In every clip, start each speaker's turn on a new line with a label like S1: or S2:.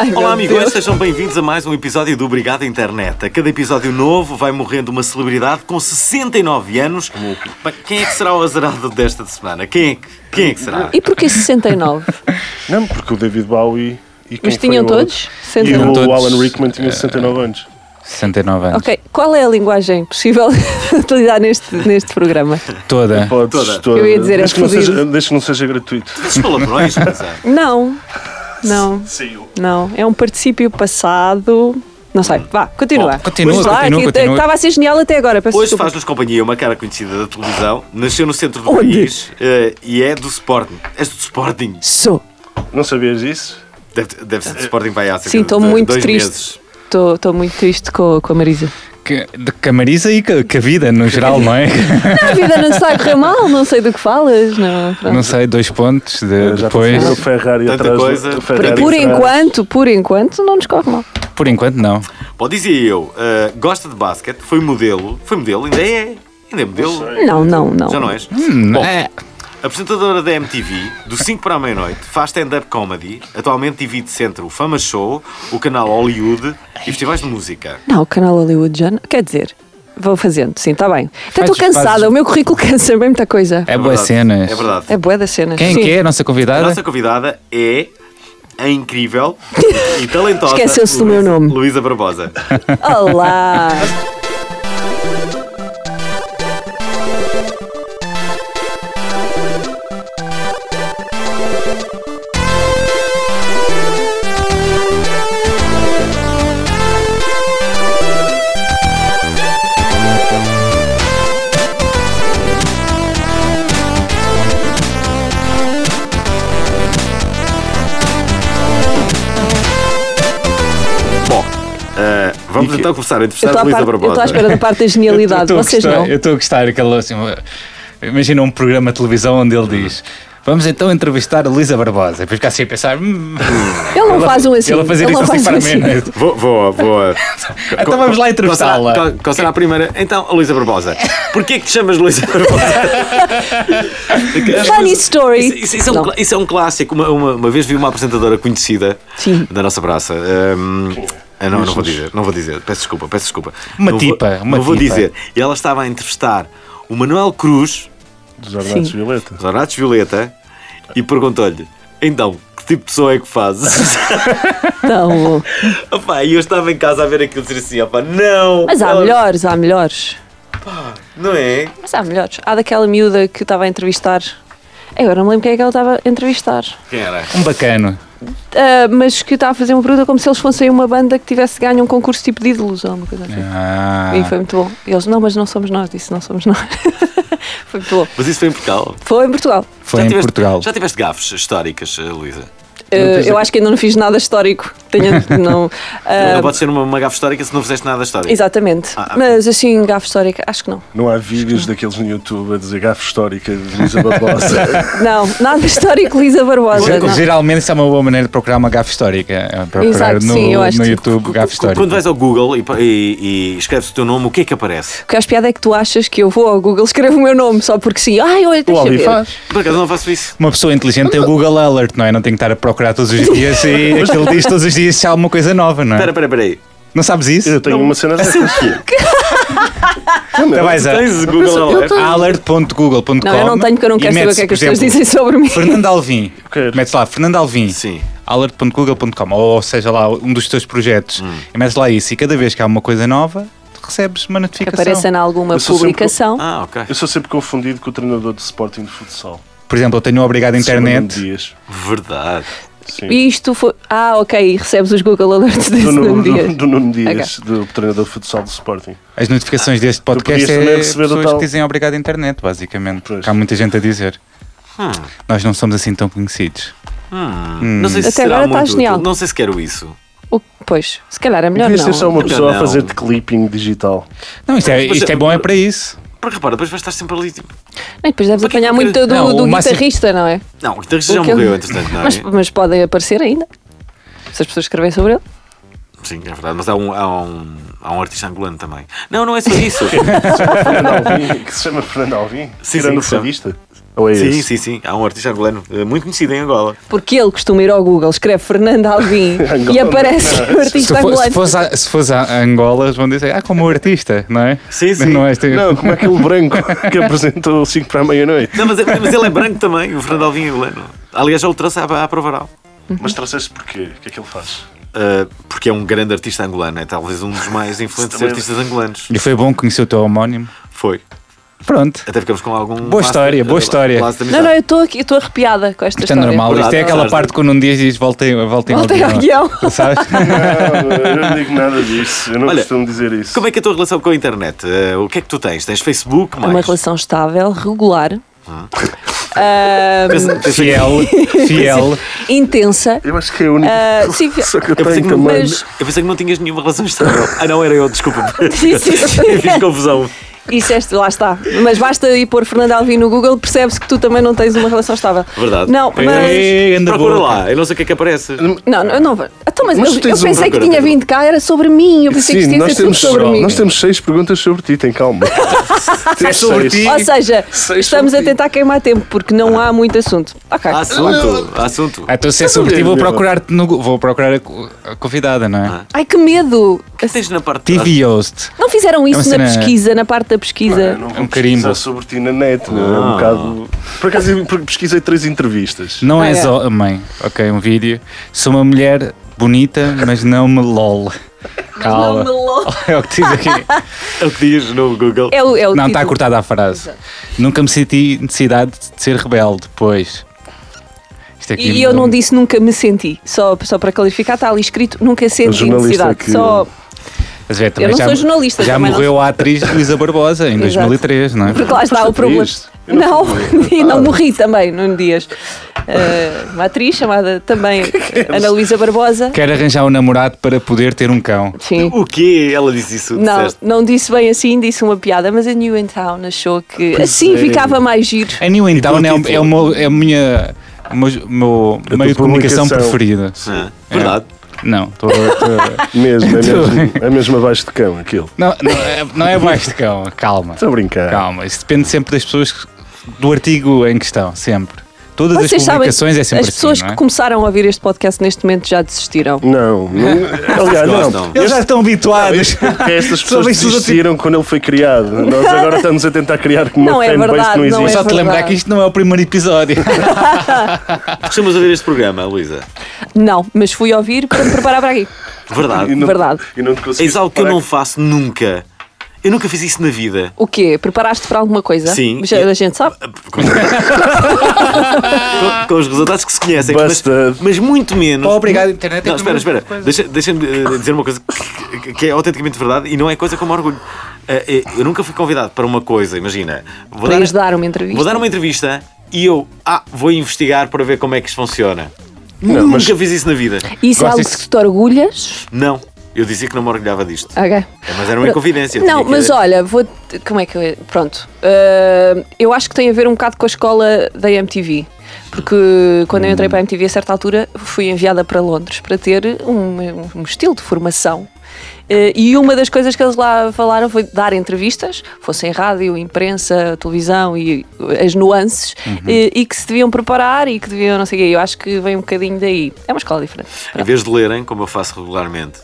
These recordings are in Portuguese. S1: Ai, meu
S2: Olá, amigos,
S1: Deus.
S2: sejam bem-vindos a mais um episódio do Obrigado Internet. A cada episódio novo vai morrendo uma celebridade com 69 anos. Bem, Quem é que será o azarado desta semana? Quem é que, quem é que será?
S1: E porquê 69?
S3: Não, porque o David Bowie e quem
S1: Mas
S3: foi
S1: tinham
S3: o outro?
S1: todos?
S3: E
S1: Sentaram?
S3: o
S4: Todos.
S3: Alan Rickman tinha 69 anos.
S4: 69 anos.
S1: Ok, qual é a linguagem possível de utilizar neste, neste programa?
S4: Toda.
S3: Podes,
S2: Toda.
S3: toda.
S1: Eu ia dizer, é
S3: desde que, não seja,
S1: fodido.
S3: desde que não seja gratuito.
S2: Esses palavrões, mas é.
S1: Não, não,
S3: Saiu.
S1: não. É um particípio passado. Não sei, vá, continua.
S4: Oh, continua,
S1: Vamos lá,
S4: continua,
S1: que eu te-
S4: continua.
S1: Estava a ser genial até agora. Peço
S2: Hoje
S1: desculpa.
S2: faz-nos companhia uma cara conhecida da televisão, nasceu no centro do
S1: Onde?
S2: país eh, e é do Sporting. És do Sporting?
S1: Sou.
S3: Não sabias disso?
S2: Deve, deve ser do Sporting vai há cerca
S1: Sim, estou
S2: de
S1: muito
S2: dois
S1: triste.
S2: meses.
S1: Estou estou muito triste com, com a Marisa.
S4: Que, de camariza e que, que a vida, no geral, não é?
S1: A vida não está a correr mal, não sei do que falas. Não, pronto.
S4: Não sei, dois pontos de-
S3: Eu já
S4: É, depois.
S3: o Ferrari
S2: Tanta
S3: atrás. do-
S2: coisa.
S3: o Ferrari
S1: por
S3: atrás.
S1: enquanto, por enquanto, não nos corre mal.
S4: Por enquanto, não.
S2: Bom, dizia eu, eh, gosta de basquete, foi modelo, foi modelo, ainda é, ainda é modelo.
S1: Não, não, não.
S2: Já não é és?
S1: Hum, é
S2: Bom, é Apresentadora da MTV, do 5 para a meia-noite, faz stand-up comedy, atualmente divide-se entre o Fama Show, o canal Hollywood e festivais de música.
S1: Não, o canal Hollywood já não. Quer dizer, vou fazendo, sim, está bem. Até estou
S4: Fazes-
S1: cansada,
S4: fazes-
S1: o meu currículo cansa bem muita coisa.
S4: É boas
S2: verdade,
S4: cenas.
S2: É verdade.
S1: É boa das cenas.
S4: Quem
S1: sim.
S4: que é a nossa
S2: A
S4: convidada?
S2: nossa convidada é a incrível e talentosa
S1: Esqueceu-se do meu
S2: Luísa-
S1: nome.
S2: Luísa Barbosa.
S4: é?
S1: Olá!
S2: Bom, eh, vamos então começar a
S1: Eu
S2: entrevistar
S1: estou
S2: a
S1: à
S2: Luísa
S1: parte- eu estou
S2: Barbosa.
S1: à espera da parte da genialidade,
S4: Eu estou a
S1: vocês
S4: gostar-
S1: não.
S4: Eu estou a gostar aquela assim. uma- Imagina um programa de televisão onde ele diz. Vamos então entrevistar a Luísa Barbosa. E depois fica assim a pensar. "Hum,
S1: Ele não faz um assim.
S4: Ela fazer
S1: ele
S4: isso
S1: não faz
S4: assim para
S1: um assim.
S4: mim. né?
S2: Vou, vou, vou.
S4: Então vamos lá entrevistá-la.
S2: Qual será- Qual, qual será a primeira? Então, a Luísa Barbosa. Porquê é que te chamas Luísa Barbosa?
S1: Funny story.
S2: Isso, isso- isso é, um,
S1: Não.
S2: cla- isso é um clássico. Uma, uma- uma vez vi uma apresentadora conhecida
S1: Sim.
S2: da nossa praça. Ahm, ah, não, não vou dizer, não vou dizer. Peço desculpa, peço desculpa.
S4: Uma
S2: não
S4: tipa,
S2: vou,
S4: uma
S2: Não vou
S4: tipa.
S2: dizer. E ela estava a entrevistar o Manuel Cruz,
S3: Dos Ornatos
S1: Sim.
S3: Violeta.
S2: dos Honoratos Violeta, e perguntou-lhe: então, que tipo de pessoa é que fazes?
S1: Então,
S2: Opá, e eu estava em casa a ver aquilo e dizer assim: opá, não!
S1: mas há
S2: ela-
S1: melhores, há melhores.
S2: Não é?
S1: Mas há melhores. Há daquela miúda que estava a entrevistar. Agora não me lembro quem é que ela estava a entrevistar.
S2: Quem era?
S4: Um bacano.
S1: Ah, mas que estava a fazer uma pergunta como se eles fossem uma banda que tivesse ganho um concurso tipo de ídolos ou uma coisa assim.
S4: Ah,
S1: E foi muito bom. E eles, não, mas não somos nós, disse, não somos nós. foi muito bom.
S2: Mas isso foi em Portugal.
S1: Foi em Portugal.
S4: foi
S2: já
S4: em
S2: tiveste,
S4: Portugal.
S2: Já tiveste gafes históricas, eh, Luísa?
S1: Uh, eu acho que ainda não fiz nada histórico. Tenho, não, uh,
S2: não pode ser uma, uma gafe histórica se não fizeste nada histórico.
S1: exatamente.
S2: Ah, ah.
S1: Mas assim, gafe histórica, acho que não.
S3: Não há vídeos daqueles no YouTube a dizer gafe histórica de Lisa Barbosa.
S1: Não, nada histórico, Lisa Barbosa.
S4: Ge-
S1: não.
S4: Geralmente isso é uma boa maneira de procurar uma gafe histórica. É Procurar
S1: Exato,
S4: no,
S1: sim, eu acho
S4: no
S1: que-
S4: YouTube gafe
S2: Qu- Quando
S4: histórica.
S2: vais ao Google e, e- e escreves o teu nome, o que é que aparece?
S1: O que acho piada é que tu achas que eu vou ao Google, escrevo o meu nome só porque sim. Ai, olha,
S4: O
S1: deixa
S4: Aldi
S1: ver.
S4: faz.
S2: Por acaso não faço isso.
S4: Uma pessoa inteligente tem o Google Alert, não é? Não tem que estar a procurar todos os dias e aquilo diz todos os dias se há alguma coisa nova, não é?
S2: Espera, espera, espera aí.
S4: Não sabes isso?
S3: Eu tenho
S1: um
S3: uma cena dessas.
S4: Então vais a
S2: Tens Google Alert?
S4: alert.google.com
S1: Não, eu não tenho porque eu não
S4: e
S1: quero saber o
S4: metes,
S1: que é que as
S4: por
S1: pessoas
S4: exemplo,
S1: dizem sobre mim.
S4: Fernando Alvim.
S3: Quero.
S4: Metes lá, Fernando Alvim.
S2: Sim.
S4: alert.google.com ou seja lá um dos teus projetos
S1: Hum.
S4: e metes lá isso e cada vez que há uma coisa nova tu recebes uma
S1: Que
S4: notificação
S1: apareça em alguma
S3: Eu sou sempre-
S1: publicação.
S2: Ah, ok.
S3: Eu sou sempre confundido com o treinador de Sporting de futsal.
S4: por exemplo eu tenho o Obrigado
S3: Fernando
S4: Internet
S3: Dias.
S2: Verdade.
S3: Sim.
S1: E isto foi. Ah, ok, recebes os Google Alerts desse
S3: Do Nuno,
S1: nome
S3: do,
S1: dia.
S3: do Nuno Dias, do treinador de futsal do Sporting.
S4: As notificações deste podcast
S3: podias também
S4: é
S3: receber o
S4: pessoas
S3: tal-
S4: que dizem obrigado à internet, basicamente.
S3: Pois.
S4: Que há muita gente a dizer.
S2: Hum,
S4: Nós não somos assim tão conhecidos.
S2: hum. Não sei se
S1: Até
S2: será
S1: agora
S2: muito
S1: está
S2: útil.
S1: genial.
S2: Não sei se quero isso.
S1: O- Pois, se calhar é melhor
S3: Devia ser só um-
S1: não.
S3: uma
S2: Melhor
S3: pessoa
S2: não.
S3: a fazer de clipping digital.
S4: Não, isto é,
S2: Mas-
S4: isto é bom, é para isso.
S2: Porque repara, depois vais estar sempre ali. Tipo...
S1: E depois deves
S2: Mas
S1: apanhar
S2: que-
S1: muito do,
S4: Não,
S1: do
S4: o máximo-
S1: guitarrista, não é?
S2: Não, o guitarrista já
S1: O que ele-
S2: morreu, entretanto, não é?
S1: Mas, mas podem aparecer ainda. Se as pessoas escrevem sobre ele.
S2: Sim, é verdade. Mas há um, há, um, há um artista angolano também. Não, não é só isso.
S3: Fernando Alvim, que se chama Fernando Alvim,
S2: Sim,
S3: tirando
S2: sim,
S3: revista. Ou é
S2: sim,
S3: esse?
S2: sim, sim. Há um artista angolano eh, muito conhecido em Angola.
S1: Porque ele costuma ir ao Google, escreve Fernando Alvim e aparece o
S4: Se,
S1: artista
S4: for, se,
S1: angolano.
S4: fosse a, se fosse a Angola, eles vão dizer, ah, como artista, não é?
S2: Sim, sim.
S4: Não, é este-
S3: Não, como aquele branco que apresentou 5 para a meia-noite.
S2: Não, mas, mas ele é branco também, o Fernando Alvim é angolano. Aliás, já o trouxe à, à Provaral.
S3: Mas trouxeste porquê? O que é que ele faz?
S2: Eh, porque é um grande artista angolano, é talvez um dos mais influentes
S3: Também-
S2: artistas angolanos.
S4: E foi bom conhecer o teu homónimo.
S2: Foi.
S4: Pronto.
S2: Até ficamos com algum.
S4: Boa história, boa história.
S1: Não,
S2: é
S1: não, eu estou aqui, eu estou arrepiada com esta
S4: Isto é
S1: história.
S4: normal.
S2: Verdade,
S4: Isto é aquela
S2: verdade.
S4: parte que num dia diz voltem, voltem,
S1: Voltem ao
S4: é?
S1: guião.
S4: Sabes?
S3: Não, eu não digo nada disso. Eu não
S2: Olha,
S3: costumo dizer isso.
S2: Como é que é a tua relação com a internet? Eh, o que é que tu tens? Tens Facebook?
S1: É
S2: Mais?
S1: uma relação estável, regular.
S2: Pensa-
S1: Ahm,
S2: pensa que-
S4: Fiel, fiel.
S1: intensa.
S3: Eu acho que é a única
S1: Ah, sim,
S3: relação que eu
S2: Eu pensei,
S3: tenho
S2: que não,
S3: também.
S1: mas-
S2: eu pensei que não tinhas nenhuma relação estável. Ah, não, era eu, desculpa.
S1: Sim, sim, sim.
S2: Fiz confusão.
S1: Disseste, lá está. Mas basta ir pôr Fernando Alvim no Google, percebes que tu também não tens uma relação estável.
S2: Verdade. é.
S1: Não,
S2: Ei,
S1: mas.
S4: Ei, anda
S2: Procura
S4: boa. Hum,
S2: lá, eu não sei o que é que aparece.
S1: Não, não, eu não. vou- Então, mas,
S3: Mas
S1: eu,
S3: tens
S1: eu
S3: um
S1: pensei que
S2: programa,
S1: tinha
S2: tens um-
S1: vindo cá, era sobre mim. Eu pensei que
S3: Sim,
S1: isto ia
S3: nós
S1: ser tudo
S3: temos,
S1: sobre mim.
S3: nós temos seis perguntas sobre ti, tem calma. temos
S4: sobre
S3: seis.
S4: ti.
S1: Ou seja,
S3: Seis
S1: estamos a
S3: sobre ti.
S1: tentar queimar tempo porque não há muito assunto. Ok.
S2: Ah, Assunto, assunto.
S4: Ah, então se é
S3: Eu Ah,
S4: sobre ti, vou
S3: lembro.
S4: procurar-te no Gu- Vou procurar a co- a convidada, não é?
S1: Ai que medo! Assim,
S2: O que é que tens na parte
S3: tá.
S4: TV host.
S1: Não fizeram
S4: É
S1: isso
S4: uma
S1: na
S4: cena-
S1: pesquisa, na parte da pesquisa.
S3: Eu não
S4: É um
S3: vou
S4: carimbo.
S3: pesquisar sobre ti na net, não. é um bocado. Por acaso eu pesquisei três entrevistas.
S4: Não
S1: Ah,
S4: és
S1: é.
S4: homem. Ok, um vídeo. Sou uma mulher bonita, mas não me lol. Calma. É o que diz aqui.
S2: É o que diz no Google.
S1: É o, é o
S4: Não,
S1: título.
S4: está cortada a frase. Nunca me senti necessidade de ser rebelde, pois. Isto aqui
S1: E eu não
S4: me- um-
S1: disse nunca me senti. Só, só para clarificar, está ali escrito nunca senti
S3: jornalista
S1: necessidade.
S3: que-
S1: Só
S4: Mas, é, também
S1: não sou jornalista,
S4: Já
S1: também não
S4: morreu a atriz Luísa Barbosa em
S1: Exato.
S4: 2003, não é?
S1: porque lá está
S3: Foste
S1: o problema.
S3: atriz? Eu
S1: Não,
S3: não Ah.
S1: e não morri também num dias. Ah, uma atriz chamada também
S3: é
S1: Ana Luísa Barbosa.
S4: Quer arranjar um namorado para poder ter um cão.
S1: Sim.
S2: O quê? Ela disse isso?
S1: Não,
S2: disseste?
S1: não disse bem assim, disse uma piada, mas a New in Town achou que assim
S4: é.
S1: ficava mais giro.
S4: A New In
S3: E pelo
S4: Town é, o-
S3: título.
S4: é o meu- é a minha. O meu, meu
S3: tua
S4: meio de comunicação
S3: publicação.
S4: preferido.
S2: Ah,
S4: É.
S2: verdade.
S4: Não, estou. estou-
S3: Mesmo, é
S1: Então-
S4: Tudo
S3: mesmo, é mesmo abaixo de cão aquilo.
S4: não, não, é, não é mais de cão, calma.
S3: Estou a brincar.
S4: Calma, isso depende sempre das pessoas, que- do artigo em questão, sempre. Todas
S1: Vocês
S4: as
S1: sabem,
S4: publicações é
S1: as
S4: sempre
S1: pessoas
S4: assim, não é?
S1: que começaram a ouvir este podcast neste momento já desistiram.
S3: Não, não aliás,
S2: Gostam.
S3: não.
S4: Eles já estão habituados.
S3: é Porque estas
S4: Só
S3: pessoas
S4: isso do tipo-
S3: desistiram quando ele foi criado. Nós agora estamos a tentar criar uma
S1: Não é
S3: fanbase
S1: verdade,
S3: que
S1: não
S3: não
S1: é
S3: existe.
S4: Só te
S1: verdade.
S4: lembrar que isto não é o primeiro episódio.
S2: Costumas ouvir este programa, Luísa.
S1: Não, mas fui ouvir para me preparar para aqui.
S2: Verdade.
S3: E não-
S1: Verdade.
S3: E não te conseguiste
S2: Eis algo que eu
S3: parar
S2: não faço nunca. Eu nunca fiz isso na vida.
S1: O quê? Preparaste para alguma coisa?
S2: Sim.
S1: Já, a gente sabe?
S2: Com, com- com os resultados que se conhecem. Mas,
S3: Busted.
S2: mas muito menos.
S4: Pá, obrigado, internet é
S2: Não,
S4: a
S2: espera,
S4: primeira
S2: espera.
S4: coisa.
S2: Deixa- Deixa-me eh, dizer uma coisa que, que é autenticamente verdade e não é coisa como orgulho. Eh, eh, eu nunca fui convidado para uma coisa, imagina. Vou
S1: Para lhes dar uma entrevista.
S2: Vou dar uma entrevista e eu, ah, vou investigar para ver como é que isto funciona.
S3: mas-
S2: Nunca fiz isso na vida.
S1: Isso é
S4: Gosto
S1: algo
S4: disso.
S1: que tu te orgulhas?
S2: Não. Eu dizia que não me orgulhava disto.
S1: Ok.
S2: É, Mas era uma inconfidência. eu
S1: Não,
S2: tinha que-
S1: mas olha, vou. Como é que eu. ia- Pronto. Ah, eu acho que tem a ver um bocado com a escola da MTV. Porque quando eu entrei para a MTV, a certa altura, fui enviada para Londres para ter um, um estilo de formação. Ah, e uma das coisas que eles lá falaram foi dar entrevistas, fossem rádio, imprensa, televisão e as nuances,
S4: Uhum.
S1: eh, e, e que se deviam preparar e que deviam não sei o quê. Eu acho que vem um bocadinho daí. É uma escola diferente.
S2: Em vez de lerem, como eu faço regularmente,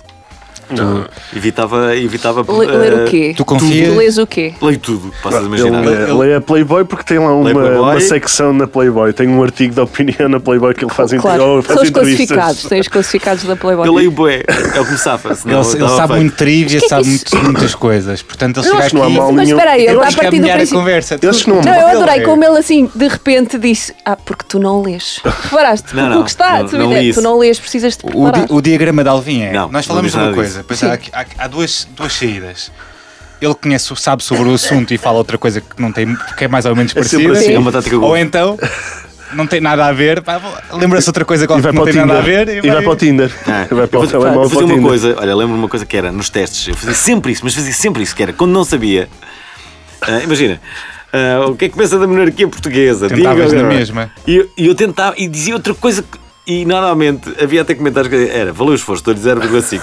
S4: Tu,
S2: Evitava. evitava
S1: Le- ler
S2: eh,
S1: o quê?
S4: tu confias?
S1: Tu lês o quê?
S2: Leio tudo, posso
S3: Ele
S2: imaginar.
S3: lê, lê a Playboy porque tem lá uma,
S2: Playboy.
S3: uma secção na Playboy. Tem um artigo de opinião na Playboy que ele faz,
S1: Claro,
S3: claro. faz
S1: são os
S3: entrevistas.
S1: classificados, tem os classificados da Playboy.
S2: Eu leio bué, é o que me safa. senão
S4: Ele,
S2: eu
S4: ele
S2: estava
S4: sabe
S2: feito.
S4: muito trivia,
S1: Mas que é
S4: sabe
S1: que
S4: muito- muitas coisas. Portanto, ele
S3: Eu
S4: chega
S3: acho que
S4: aqui
S3: não há mal
S1: Mas
S3: nenhum.
S1: espera aí, ele
S4: e
S1: está é a
S4: acho que
S1: partir do
S4: caminhar a
S1: princípio.
S4: conversa.
S3: Eu acho que não há
S1: Não,
S3: mal.
S1: eu
S4: Ele
S1: adorei
S4: é.
S1: como ele assim, de repente disse: Ah, porque tu não lês. Reparaste?
S2: Não,
S1: Porque
S2: não,
S1: o que está,
S2: não,
S1: tu,
S2: não li
S1: tu
S2: isso.
S1: não lês, precisas de te
S4: O,
S1: preparar.
S4: di- o diagrama da Alvinha é.
S2: Não,
S4: nós
S2: não
S4: falamos
S2: diz
S4: de uma
S2: nada
S4: coisa.
S2: disso.
S4: Pois há, aqui- há- há duas, duas saídas. Ele conhece, o- sabe sobre o assunto e fala outra coisa que não tem, que é mais ou menos
S3: sempre
S4: parecida.
S2: assim, é uma tática
S4: Ou
S2: Google.
S4: então não tem nada a ver, pá, lembra-se outra coisa
S3: E
S4: qualquer
S3: vai para
S4: que não
S3: o
S4: tem
S3: Tinder.
S4: nada a ver
S3: e vai para o Tinder.
S2: Ah,
S3: E vai para
S2: eu
S3: o
S2: fazia-
S3: telemóvel
S2: fazia uma
S3: Tinder.
S2: coisa, olha, lembro-me uma coisa que era nos testes, eu fazia sempre isso, mas fazia sempre isso, que era quando não sabia. ah, imagina, ah, o que é que pensa da monarquia portuguesa?
S4: Tentavas
S2: Diga
S4: na
S2: agora.
S4: mesma.
S2: E eu, e eu tentava, e dizia outra coisa que- E normalmente havia até comentários que era valeu o esforço, estou-lhe 0,5.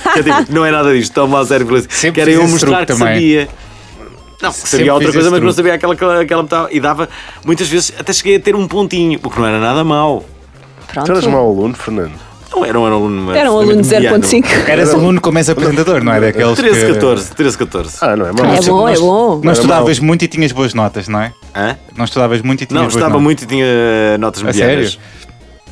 S2: Que é tipo, não é nada disto, toma lá 0,5.
S4: Sempre
S2: Que era
S4: fiz
S2: eu
S4: esse
S2: mostrar
S4: truque
S2: que
S4: também.
S2: sabia. Não, que
S4: Sempre
S2: sabia outra
S4: fiz
S2: coisa, mas
S4: esse
S2: não
S4: truque.
S2: sabia aquela que aquela metade. E dava, muitas vezes, até cheguei a ter um pontinho, o que não era nada mau.
S1: Pronto.
S3: Tu eras Então mau aluno, Fernando.
S2: Não era um aluno.
S1: Era um aluno de
S2: mediano.
S1: 0.5.
S4: Eras um aluno como és apresentador, não é? Daqueles
S2: 13,
S4: que-
S2: 14, 13, 14.
S3: Ah, não é mau.
S1: É bom, é bom.
S4: Não estudavas muito e tinhas boas notas, não é?
S2: Hã?
S4: Não estudavas muito e tinhas
S2: Não,
S4: boas
S2: estava
S4: notas.
S2: muito e tinha eh, notas
S4: A
S2: medianas.
S4: sério?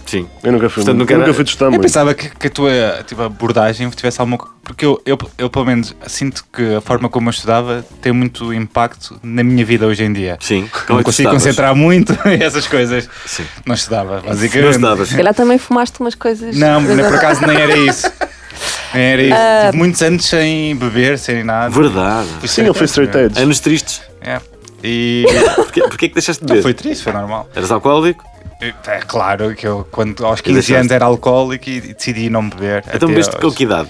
S2: Sim.
S3: Eu nunca fui,
S2: Portanto, nunca
S3: eu
S2: era-
S3: nunca fui testar
S4: Eu
S3: muito.
S4: pensava que, que a tua tipo, abordagem tivesse alguma coisa. Porque eu, eu, eu, pelo menos, sinto que a forma como eu estudava tem muito impacto na minha vida hoje em dia.
S2: Sim.
S4: Não
S2: Como é que
S4: consigo
S2: estavas?
S4: concentrar muito e essas coisas.
S2: Sim.
S4: Não assim. estudava,
S2: Não
S4: basicamente.
S2: estavas.
S1: Se calhar também fumaste umas coisas.
S4: Não, nem- por acaso nem era isso. Nem era isso. Tive muitos anos sem beber, sem nada.
S2: Verdade.
S4: Fui
S3: Sim, ele foi straight edge.
S2: Anos tristes.
S4: É. E.
S2: Porquê, porquê que deixaste de
S4: Não,
S2: beber?
S4: foi triste, foi normal.
S2: Eras alcoólico?
S4: É claro que eu, quando aos
S2: E
S4: 15
S2: deixaste?
S4: anos, era alcoólico e e decidi não beber.
S2: Então
S4: até
S2: bebeste com
S4: aos
S2: que idade?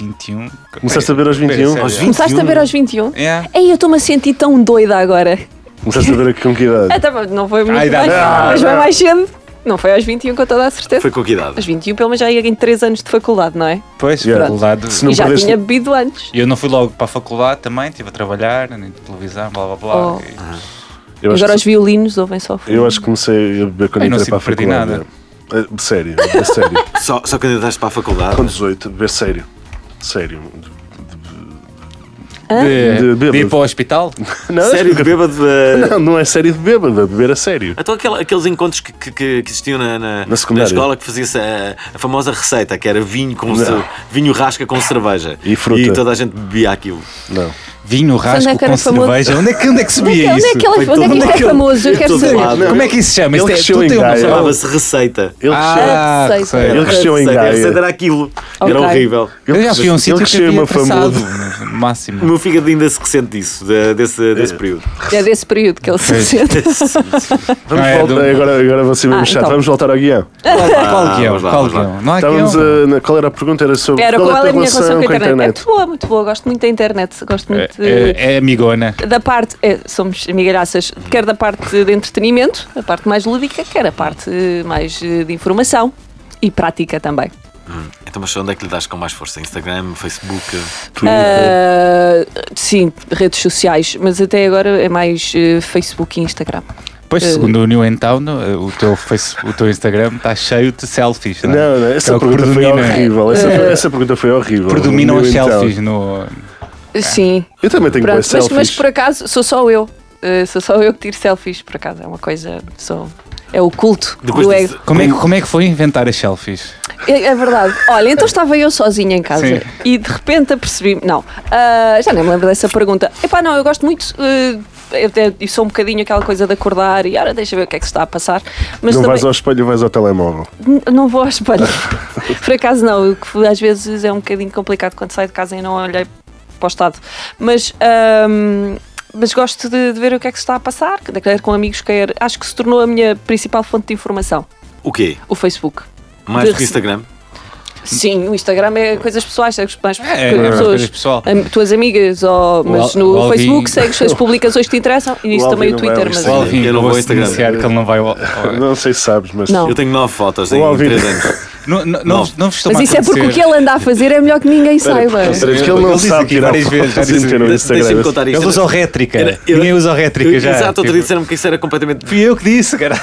S4: 21.
S3: Começaste a beber aos 21?
S4: Sério.
S2: Aos 20?
S1: Começaste a ver aos 21?
S4: É.
S1: Ei, eu estou-me a sentir tão doida agora.
S3: Começaste a ver aqui com que idade?
S1: Até, não foi muito
S4: Ai, dá-
S1: mais,
S4: dá-
S1: mas foi
S3: dá.
S1: mais cedo. Não foi aos 21 com toda a certeza.
S2: Foi com que idade?
S1: Aos 21 pelo menos já ia em 3 anos de faculdade, não é?
S4: Pois,
S3: Yeah.
S4: faculdade.
S3: Se não
S1: e já
S3: perdeste-
S1: tinha bebido antes.
S4: E eu não fui logo para a faculdade também, estive a trabalhar, nem de televisão, blá blá blá.
S1: Oh.
S4: E-
S3: Eu acho,
S1: Agora
S3: que,
S1: os violinos ouvem só. o fundo.
S3: eu acho que comecei a beber quando
S4: Ai, não
S3: entrei para a
S4: sinto perdi
S3: faculdade.
S4: nada.
S3: É, sério, é sério.
S2: Só, só quando entraste para a faculdade?
S3: com 18, beber sério. Sério.
S4: De,
S3: De
S4: de,
S3: bêbado.
S4: ir para o hospital?
S3: Não,
S2: Sério, de
S3: nunca-
S2: bêbado. eh,
S3: Não, não é sério de bêbado, é beber a sério.
S2: Então aquela- aqueles encontros que, que- que- que existiam na, na,
S3: secundária.
S2: escola que fazia-se a, a famosa receita, que era vinho com
S3: Não.
S2: ce- vinho rasca com cerveja.
S3: E fruta.
S2: E toda a gente bebia aquilo.
S3: Não.
S4: Vinho, rasco
S1: Onde é que era
S4: com
S1: famoso?
S4: cerveja. Onde é que, onde é que
S1: Onde é que-
S4: subia
S1: onde
S4: isso?
S1: é que, ela-
S2: Foi
S1: onde é que
S2: todo-
S1: isto é
S2: aquele-
S1: famoso? Eu
S2: é
S1: quero
S2: todo
S1: saber.
S2: lado.
S4: Como é que isso se chama?
S3: Ele
S4: Isto é,
S3: cresceu
S4: tu
S3: em
S4: tem uma
S3: Gaia.
S4: noção?
S2: Chamava-se receita.
S3: Ele
S4: Ah,
S1: Receita.
S4: receita.
S3: Ele cresceu em
S2: Receita, a
S3: Gaia.
S2: receita era aquilo. Era
S1: Ok.
S2: horrível.
S4: Eu já fui a um
S3: Ele
S4: sítio que
S3: cresceu
S4: havia
S3: uma
S4: passado,
S3: famoso.
S4: no
S2: O
S4: máximo.
S2: meu fígado ainda se ressente disso, de- desse, desse período.
S1: É desse período que ele se
S4: Pois.
S1: sente.
S3: Vamos
S4: Ah, é,
S3: voltar,
S4: do-
S3: agora, agora vou ser mesmo
S1: Ah,
S3: chato.
S1: então.
S3: Vamos voltar ao guião.
S4: Qual, qual que é?
S2: Ah, vamos lá,
S4: Qual
S2: vamos
S4: que
S2: lá.
S4: é? Não há que
S3: Estávamos
S4: é.
S3: a, na- qual era a pergunta? Era sobre
S1: Era
S3: qual,
S1: qual
S3: é a
S1: é
S3: tua
S1: a minha relação com a internet? É
S3: internet?
S1: muito boa, muito boa. Gosto muito da internet. Gosto muito de-
S4: É, é amigona.
S1: da parte. é, somos amigalhaças, quer da parte de entretenimento, a parte mais lúdica, quer a parte eh, mais eh, de informação e prática também.
S2: Então, mas onde é que lhe das com mais força? Instagram, Facebook?
S1: Ah, sim, redes sociais, mas até agora é mais eh, Facebook e Instagram.
S4: Pois,
S1: Eh.
S4: segundo o New Town, o teu, face, o teu Instagram está cheio de selfies. Não, é?
S3: Não, não,
S4: É
S3: essa
S4: o que
S3: pergunta foi
S4: predomina.
S3: horrível. Essa,
S1: Ah.
S3: foi- essa pergunta foi horrível.
S4: Predominam
S3: Eu,
S4: as
S3: então,
S4: selfies no.
S1: Sim,
S3: Eu também tenho
S1: pronto,
S3: boas
S1: mas,
S3: selfies.
S1: mas por acaso sou só eu. eh, sou só eu que tiro selfies, por acaso. É uma coisa. Sou, é o culto
S2: Depois
S1: do
S2: disso-
S1: ego.
S4: Como é, que- como é que foi inventar as selfies?
S1: É, é verdade. Olha, então estava eu sozinha em casa
S4: Sim.
S1: e de repente apercebi-me. Não, ah, já nem me lembro dessa pergunta. Epá, não, eu gosto muito. eh, eu, até- eu sou um bocadinho aquela coisa de acordar e ora, deixa ver o que é que se está a passar. Mas
S3: Não
S1: também
S3: vais ao espelho, vais ao telemóvel.
S1: n- não vou ao espelho. Por acaso não, o que às vezes é um bocadinho complicado quando saio de casa e não olhei para o estado. Mas. ahm, mas gosto de, de ver o que é que se está a passar, quer com amigos, quer. Acho que se tornou a minha principal fonte de informação,
S2: O quê?
S1: o Facebook.
S2: Mais
S1: De
S2: do que Instagram?
S1: Sim, o Instagram é coisas pessoais, segues mais
S4: É,
S1: que
S4: é
S1: pessoas,
S4: coisas pessoal.
S1: am- tuas amigas, ou, mas
S4: Al-
S1: no
S4: o Alvin-
S1: Facebook segues as publicações que te interessam e isso
S3: O
S1: também
S3: Alvin
S1: o
S3: não é um vai
S1: Twitter,
S3: ao
S1: mas
S4: O
S2: Instagram.
S4: Alvin,
S2: Eu não vou ao
S4: vou-se
S2: Instagram.
S4: denunciar que ele não vai. ao- ao-
S3: Não sei se sabes, mas.
S1: Não.
S2: Eu tenho nove fotos
S3: Vou
S2: em
S3: ouvir.
S2: 3 anos.
S4: Não, não, não, não vos estou
S1: mas
S4: a
S1: isso é porque o que
S4: acontecer.
S1: ele anda a fazer é melhor que ninguém saiba.
S3: Espera, porque ele não
S4: Ele disse
S3: sabe
S4: aqui
S3: tirar
S4: várias vezes, já
S3: fotos
S4: disse-
S3: e meter no
S2: De- Deixa-me
S3: Instagram.
S2: contar isto.
S4: Ele usa o rétrica.
S2: é Era- eu-
S4: Ninguém usa o rétrica
S2: Eu-
S4: já.
S2: Exato, outro
S4: tipo,
S2: dia disseram-me que isso era completamente.
S4: Fui eu que disse, cara.